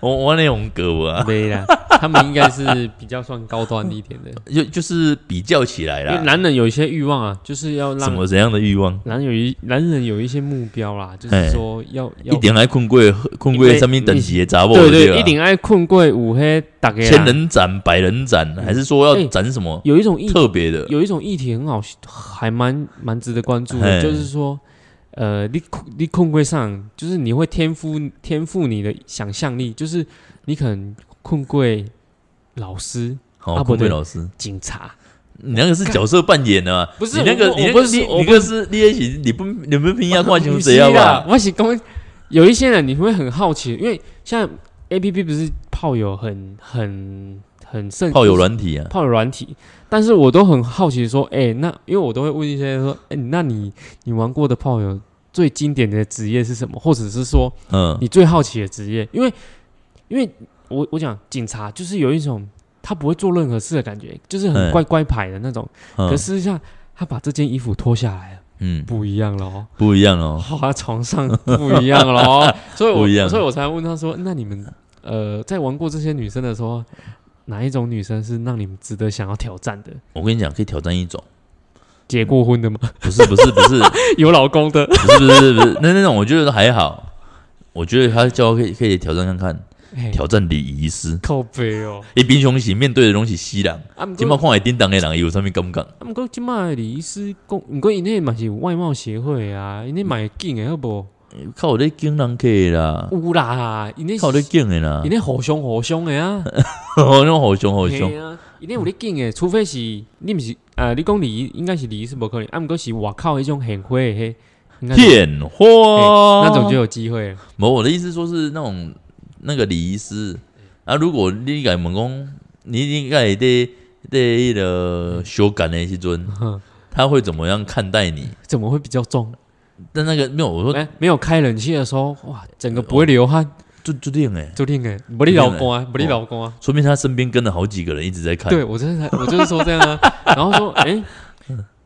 Speaker 1: 我我那种歌啊，
Speaker 2: 没啦，他们应该是比较算高端一点的，
Speaker 1: 就就是比较起来
Speaker 2: 因为
Speaker 1: 啦，
Speaker 2: 男人有一些欲望啊，就是要
Speaker 1: 什
Speaker 2: 让
Speaker 1: 么怎样的欲望？
Speaker 2: 男人有一男人有一些目标啦，就是
Speaker 1: 嘿
Speaker 2: 说要
Speaker 1: 一
Speaker 2: 要
Speaker 1: 点来困过困过上面等级的杂货，
Speaker 2: 对
Speaker 1: 吧
Speaker 2: 对，一定爱困贵五黑打给
Speaker 1: 千人斩、百人斩，还是说
Speaker 2: 哎
Speaker 1: 要斩什么
Speaker 2: 有一种议
Speaker 1: 特别的？
Speaker 2: 有一种议题很好，还蛮蛮值得关注的，
Speaker 1: 嘿
Speaker 2: 就是说，呃，你控你控规上，就是你会天赋天赋你的想象力，就是你可能控贵老师、
Speaker 1: 好，
Speaker 2: 啊不
Speaker 1: 坤
Speaker 2: 对
Speaker 1: 贵老师，
Speaker 2: 警察，
Speaker 1: 你那个是角色扮演的嘛？
Speaker 2: 不是
Speaker 1: 你那个
Speaker 2: 我，
Speaker 1: 你那
Speaker 2: 我
Speaker 1: 个
Speaker 2: 不是
Speaker 1: 你你
Speaker 2: 我
Speaker 1: 那
Speaker 2: 不
Speaker 1: 个是你也是你不你不平 压跨球
Speaker 2: 不
Speaker 1: 谁
Speaker 2: 是
Speaker 1: 要
Speaker 2: 啦
Speaker 1: 吧？
Speaker 2: 啊我是讲有一些人你会很好奇，因为现在 A P P 不是炮友很很很盛，
Speaker 1: 炮友软体啊，
Speaker 2: 泡软体，但是我都很好奇说，哎、那因为我都会问一些人说，哎、那你你玩过的炮友最经典的职业是什么，或者是说
Speaker 1: 嗯，
Speaker 2: 你最好奇的职业？因为因为我我讲警察就是有一种他不会做任何事的感觉，就是很
Speaker 1: 嗯
Speaker 2: 乖乖牌的那种。
Speaker 1: 嗯
Speaker 2: 可是像他把这件衣服脱下来了，
Speaker 1: 嗯
Speaker 2: 不一样了哦，
Speaker 1: 不一样哦，
Speaker 2: 趴在床上不一样 了哦，所以
Speaker 1: 不一
Speaker 2: 我
Speaker 1: 样
Speaker 2: 所以我才问他说，那你们呃在玩过这些女生的时候。哪一种女生是让你们值得想要挑战的？
Speaker 1: 我跟你讲，可以挑战一种，
Speaker 2: 结过婚的吗？
Speaker 1: 不是不是不是
Speaker 2: 有老公的？
Speaker 1: 不是不是不是，那那种我觉得还好，我觉得他叫我可以可以挑战看看，
Speaker 2: 哎
Speaker 1: 挑战礼仪师，哎
Speaker 2: 靠背哦，
Speaker 1: 一兵雄起面对的东西西人，
Speaker 2: 啊，不
Speaker 1: 今麦
Speaker 2: 过
Speaker 1: 看会叮当的人他有啥物感觉？
Speaker 2: 啊，不过今麦李医师讲，不过因内嘛是有外貌协会啊，因内买劲的好不好？
Speaker 1: 靠我咧敬人客的啦，
Speaker 2: 有啦，因
Speaker 1: 嗯
Speaker 2: 内
Speaker 1: 靠我咧敬的啦
Speaker 2: 因，内好凶好凶的啊，
Speaker 1: 哦，那种好凶好凶
Speaker 2: 嘿，啊，因内有咧劲的，除非是你不是啊，你讲李应该是李医师不可能，啊，不过是外靠一种很会的嘿，应该是
Speaker 1: 骗货
Speaker 2: 那种就有机会了。
Speaker 1: 没，我的意思说是那种那个礼仪师啊，如果你改问讲，你你改得得个修改的时阵，
Speaker 2: 哼
Speaker 1: 他会怎么样看待你？
Speaker 2: 怎么会比较重？
Speaker 1: 但那个没有，我说
Speaker 2: 哎，没有开冷气的时候，哇，整个不会流汗，
Speaker 1: 就就这样哎，
Speaker 2: 就令哎，不你老公啊，不你老公啊。
Speaker 1: 说明他身边跟了好几个人一直在看。
Speaker 2: 对，我真的才，我就是说这样 啊。然后说，哎、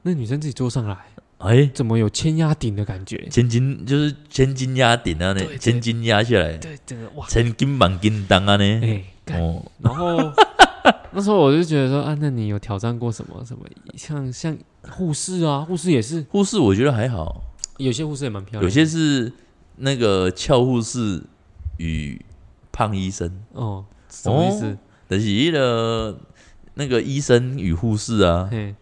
Speaker 2: 那女生自己坐上来，
Speaker 1: 哎，
Speaker 2: 怎么有千压顶的感觉？
Speaker 1: 千金就是千金压顶啊，
Speaker 2: 对对
Speaker 1: 那千金压下来，
Speaker 2: 对，整个哇，
Speaker 1: 千金万金当啊
Speaker 2: 哎、
Speaker 1: 呢。
Speaker 2: 干
Speaker 1: 哦，
Speaker 2: 然 后那时候我就觉得说，啊，那你有挑战过什么什么？像像护士啊，护士也是，
Speaker 1: 护士我觉得还好，
Speaker 2: 有些护士也蛮漂亮的，
Speaker 1: 有些是那个俏护士与胖医生。
Speaker 2: 哦，什么意思
Speaker 1: 哦？就是迄、个那个医生与护士啊，
Speaker 2: 嘿，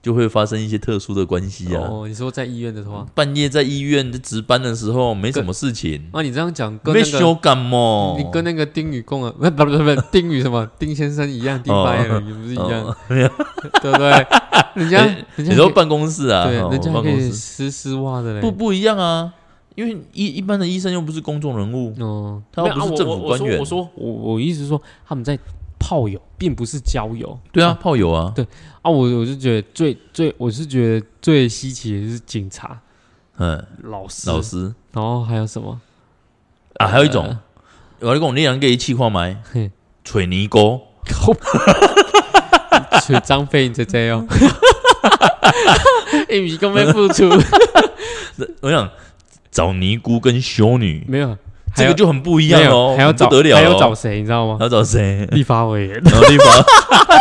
Speaker 1: 就会发生一些特殊的关系啊。
Speaker 2: 哦，你说在医院的话，
Speaker 1: 半夜在医院值班的时候，没什么事情，
Speaker 2: 啊，你这样讲跟
Speaker 1: 没
Speaker 2: 那个
Speaker 1: 修感冒，
Speaker 2: 你跟那个丁宇共啊，不不不不，丁宇什么丁先生一样，丁白
Speaker 1: 哦
Speaker 2: 人也不是一样
Speaker 1: 哦，
Speaker 2: 对不对？人家人家
Speaker 1: 你说
Speaker 2: 可以
Speaker 1: 办公室啊，
Speaker 2: 对，
Speaker 1: 哦
Speaker 2: 人家还
Speaker 1: 办
Speaker 2: 可
Speaker 1: 公
Speaker 2: 以
Speaker 1: 室
Speaker 2: 湿丝袜的嘞。
Speaker 1: 不不一样啊，因为一一般的医生又不是公众人物，
Speaker 2: 哦，
Speaker 1: 他
Speaker 2: 没
Speaker 1: 又
Speaker 2: 有
Speaker 1: 不
Speaker 2: 啊
Speaker 1: 是
Speaker 2: 我
Speaker 1: 政
Speaker 2: 我
Speaker 1: 府
Speaker 2: 我
Speaker 1: 官
Speaker 2: 说
Speaker 1: 员
Speaker 2: 我说我我意思是说他们在炮友，并不是交友
Speaker 1: 对啊，炮友啊
Speaker 2: 对，啊。我我是觉得最最，我是觉得最稀奇的是警察、
Speaker 1: 嗯，
Speaker 2: 老师，
Speaker 1: 老师
Speaker 2: 然后还有什么？
Speaker 1: 啊，还有一种我
Speaker 2: 呃，
Speaker 1: 跟你讲，你两个一气化埋
Speaker 2: 嘿，
Speaker 1: 水泥沟，
Speaker 2: 所以张飞你在这哦，哎，你根本付出
Speaker 1: 我想找尼姑跟修女，
Speaker 2: 没有，还
Speaker 1: 这
Speaker 2: 有
Speaker 1: 个就很不一
Speaker 2: 一
Speaker 1: 样哦，
Speaker 2: 还要
Speaker 1: 很
Speaker 2: 找
Speaker 1: 不得了，
Speaker 2: 还要找，谁，你知道吗
Speaker 1: 还？ 要找 谁？
Speaker 2: 立法委员，
Speaker 1: 然后地方，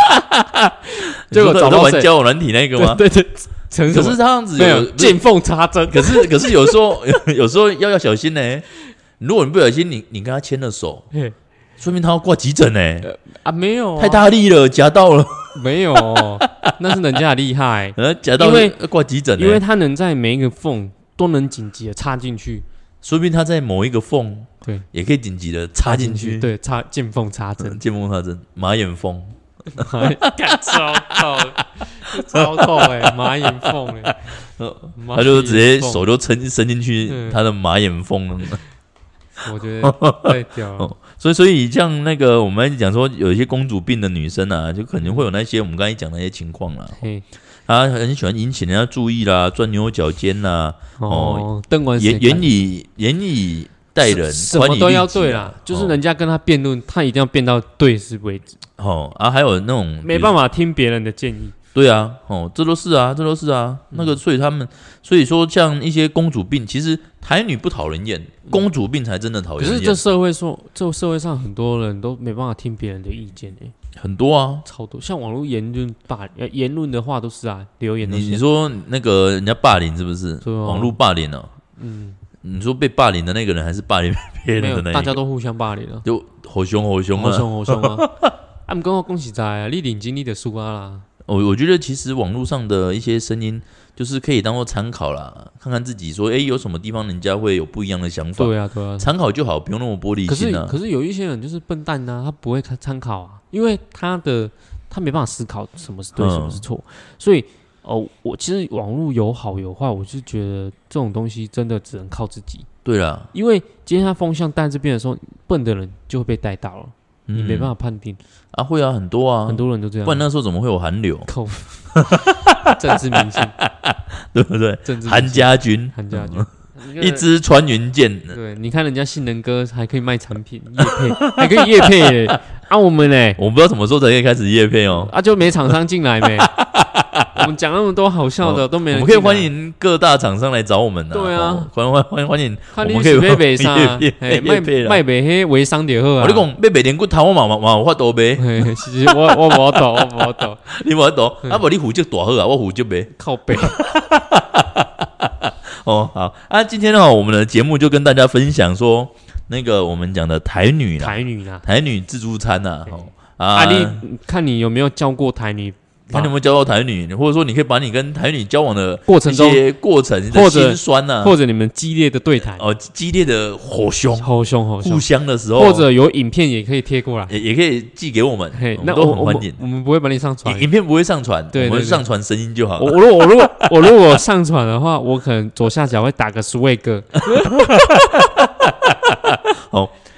Speaker 2: 结果
Speaker 1: 你说
Speaker 2: 找
Speaker 1: 他
Speaker 2: 到
Speaker 1: 玩
Speaker 2: 谁
Speaker 1: 交友软体那个吗？
Speaker 2: 对对，对陈什
Speaker 1: 可
Speaker 2: 么
Speaker 1: 是他这样子
Speaker 2: 没有
Speaker 1: 有，不是
Speaker 2: 见缝插 针，
Speaker 1: 可是可是有时候 有有时候要要小心呢。如果你不小心，你你跟他牵了手，
Speaker 2: 嘿
Speaker 1: 说明他要挂急诊呢，
Speaker 2: 啊，没有啊
Speaker 1: 太大力了，夹到了，
Speaker 2: 没有， 那是人家的厉害，
Speaker 1: 呃，夹到
Speaker 2: 因为
Speaker 1: 要挂急诊
Speaker 2: 因为
Speaker 1: 呢，
Speaker 2: 它能在每一个缝都能紧急的插进去，
Speaker 1: 说明他在某一个缝，
Speaker 2: 对，
Speaker 1: 也可以紧急的插进去，，嗯
Speaker 2: 对，插见缝插 针，
Speaker 1: 见缝插针，马眼缝，
Speaker 2: 干超 痛，超痛哎、马眼缝哎、
Speaker 1: 呃
Speaker 2: 马眼缝
Speaker 1: 他就直接，手就伸伸进去
Speaker 2: 嗯
Speaker 1: 他的马眼缝了。
Speaker 2: 我 觉得太屌了
Speaker 1: 哦，所以，所以像那个我们讲说，有一些公主病的女生啊，就可能会有那些我们刚才讲的那些情况啦。
Speaker 2: 嘿，
Speaker 1: 她很喜欢引起人家注意啦，钻牛角尖啦，
Speaker 2: 哦，邓完
Speaker 1: 言言以言以待人，
Speaker 2: 什么都要对啦
Speaker 1: 宽以利己啊，
Speaker 2: 就是人家跟他辩论，他一定要辩到对是为止，
Speaker 1: 哦哦啊，还有那种
Speaker 2: 没办法听别人的建议，
Speaker 1: 比对啊，哦，这都是
Speaker 2: 嗯
Speaker 1: 啊，这都是啊，那个，所以他们，所以说像一些公主病，其实台女不讨人厌，公主病才真的讨
Speaker 2: 嗯可
Speaker 1: 人厌。
Speaker 2: 是这社会说，这社会上很多人都没办法听别人的意见哎、
Speaker 1: 很多啊，
Speaker 2: 超多。像网络言论霸呃言论的话都是啊，留言都
Speaker 1: 你
Speaker 2: 是
Speaker 1: 你说那个人家霸凌是不是？
Speaker 2: 对啊
Speaker 1: 网络霸凌哦，嗯，你说被霸凌的那个人还是霸凌别
Speaker 2: 没
Speaker 1: 人
Speaker 2: 有
Speaker 1: 的，那一个？
Speaker 2: 大家都互相霸凌啊了，
Speaker 1: 就好凶好凶
Speaker 2: 好
Speaker 1: 啊！
Speaker 2: 凶好凶啊！啊，唔跟我恭喜在啊，你领经你的输 啊啦，
Speaker 1: 我我觉得其实网络上的一些声音，就是可以当做参考啦，看看自己说，诶，有什么地方人家会有不一样的想法，
Speaker 2: 对啊对啊。
Speaker 1: 参考就好，不用那么玻璃
Speaker 2: 可是
Speaker 1: 心啊。
Speaker 2: 可是有一些人就是笨蛋呐、他不会看参考啊，因为他的他没办法思考什么是对，
Speaker 1: 嗯
Speaker 2: 什么是错，所以哦，我其实网络有好有坏，我是觉得这种东西真的只能靠自己，
Speaker 1: 对啦，
Speaker 2: 因为今天他风向带这边的时候，笨的人就会被带到了，
Speaker 1: 嗯，
Speaker 2: 你没办法判定，
Speaker 1: 啊，会啊，很多啊，
Speaker 2: 很多人都这样，
Speaker 1: 不，然那时候怎么会有韩流
Speaker 2: 扣政治明星，
Speaker 1: 对不对？
Speaker 2: 政 治
Speaker 1: 韩家军，
Speaker 2: 韩家军。你看
Speaker 1: 一支穿云箭，
Speaker 2: 对，你看人家性能哥还可以卖产品，叶配还可以叶配耶，啊我们嘞，
Speaker 1: 我不知道什么时候才可以开始夜配哦。
Speaker 2: 啊，就没厂商进 来没？我们讲那么多好笑的，都没
Speaker 1: 哦我
Speaker 2: 人。
Speaker 1: 们可以欢，迎各大厂商来找我们
Speaker 2: 对啊
Speaker 1: 哦欢欢欢欢迎。
Speaker 2: 看
Speaker 1: 我
Speaker 2: 你
Speaker 1: 们可以
Speaker 2: 是卖北商
Speaker 1: 业配，
Speaker 2: 哎，
Speaker 1: 业
Speaker 2: 卖
Speaker 1: 配啦
Speaker 2: 卖北黑微商点好啊。
Speaker 1: 我你讲，被每天骨头我嘛嘛嘛有法度呗，
Speaker 2: 嘿，是是我我我懂，我我懂，
Speaker 1: 你无法度，
Speaker 2: 嗯
Speaker 1: 啊无你虎就大好啊，我虎就呗。
Speaker 2: 靠北。
Speaker 1: 哦，好啊，今天呢，我们的节目就跟大家分享说，那个我们讲的台女啦，
Speaker 2: 台女啦，
Speaker 1: 台女自助餐呐、啊，哦啊，
Speaker 2: 啊，你看你有没有教过台女？
Speaker 1: 看你有没有交到台女，或者说你可以把你跟台女交往的
Speaker 2: 过程
Speaker 1: 一
Speaker 2: 中，
Speaker 1: 些过程
Speaker 2: 或
Speaker 1: 的
Speaker 2: 者
Speaker 1: 心酸呐、
Speaker 2: 或者你们激烈的对谈，
Speaker 1: 哦，激烈的火熊
Speaker 2: 好凶好
Speaker 1: 互
Speaker 2: 凶，
Speaker 1: 相的时候，
Speaker 2: 或者有影片也可以贴过来。
Speaker 1: 也也可以寄给我们，
Speaker 2: 嘿，
Speaker 1: 嗯我
Speaker 2: 那
Speaker 1: 们
Speaker 2: 我
Speaker 1: 都很
Speaker 2: 我
Speaker 1: 欢迎
Speaker 2: 们。我们不会把你上传
Speaker 1: 影。影片不会上传，
Speaker 2: 对对
Speaker 1: 我们
Speaker 2: 对
Speaker 1: 上传声音就好
Speaker 2: 我
Speaker 1: 了。
Speaker 2: 我如果我如果我如果上传的话，我可能左下角会打 个 swag，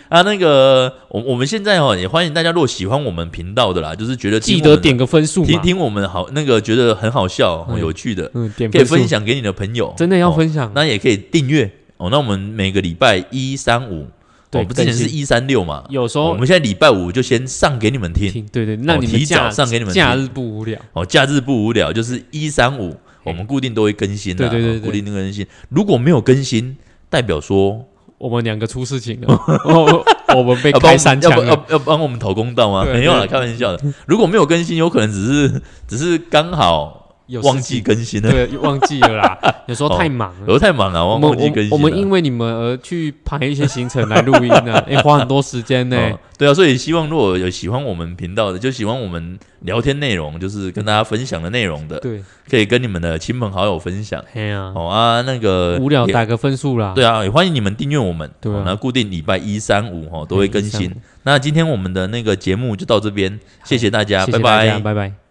Speaker 1: 啊，那个，我我们现在哦，也欢迎大家，如果喜欢我们频道的啦，就是觉得听
Speaker 2: 记
Speaker 1: 我
Speaker 2: 得
Speaker 1: 们
Speaker 2: 点个分数嘛
Speaker 1: 听。听我们好那个觉得很好笑、很
Speaker 2: 嗯
Speaker 1: 有趣的，
Speaker 2: 嗯，点
Speaker 1: 可以
Speaker 2: 数
Speaker 1: 分，享给你的朋友，
Speaker 2: 真的要分
Speaker 1: 哦
Speaker 2: 享。
Speaker 1: 那也可以订阅哦。那我们每个礼拜一、三、五，
Speaker 2: 对
Speaker 1: 我们之前
Speaker 2: 更新
Speaker 1: 是一三六嘛，哦
Speaker 2: 有时
Speaker 1: 我
Speaker 2: 候
Speaker 1: 们现在礼拜五就先上给你们听
Speaker 2: 听，对对，让你们
Speaker 1: 提
Speaker 2: 假
Speaker 1: 早上给你们听
Speaker 2: 假日不 无聊。
Speaker 1: 哦。假日不无聊，就是一三五，我们固定都会更新的、
Speaker 2: 嗯对对对
Speaker 1: 哦
Speaker 2: 对
Speaker 1: 固定都更新。如果没有更新，代表说
Speaker 2: 我们两个出事情了， 我我们被
Speaker 1: 要帮
Speaker 2: 开三
Speaker 1: 哦要
Speaker 2: 枪
Speaker 1: 帮
Speaker 2: 了。
Speaker 1: 要要帮我们讨公道吗？
Speaker 2: 对
Speaker 1: 没有啦，
Speaker 2: 对
Speaker 1: 开玩笑的。如果没有更新，有可能只是只是刚好
Speaker 2: 有事
Speaker 1: 忘记哦更新了，
Speaker 2: 对，忘记了 啦。有时候太忙了，
Speaker 1: 我太忙了，
Speaker 2: 我
Speaker 1: 忘
Speaker 2: 们
Speaker 1: 忘记
Speaker 2: 我
Speaker 1: 更
Speaker 2: 们
Speaker 1: 新了。
Speaker 2: 我们因为你们而去排一些行程来录音 呢，哎，花很多时间呢。
Speaker 1: 哦对啊，所以希望如果有喜欢我们频道的，就喜欢我们聊天内容，就是跟大家分享的内容的，
Speaker 2: 对，
Speaker 1: 可以跟你们的亲朋好友分享。
Speaker 2: 哎呀，
Speaker 1: 哦啊，那个
Speaker 2: 无聊
Speaker 1: 也
Speaker 2: 打个分数啦。
Speaker 1: 对啊，也欢迎你们订阅我们，
Speaker 2: 对啊
Speaker 1: 哦那固定礼拜一、三、五哦都会更
Speaker 2: 一三
Speaker 1: 新
Speaker 2: 五。
Speaker 1: 那今天我们的那个节目就到这边，谢谢大家，
Speaker 2: 谢谢
Speaker 1: 拜
Speaker 2: 大
Speaker 1: 拜
Speaker 2: 家，。拜拜。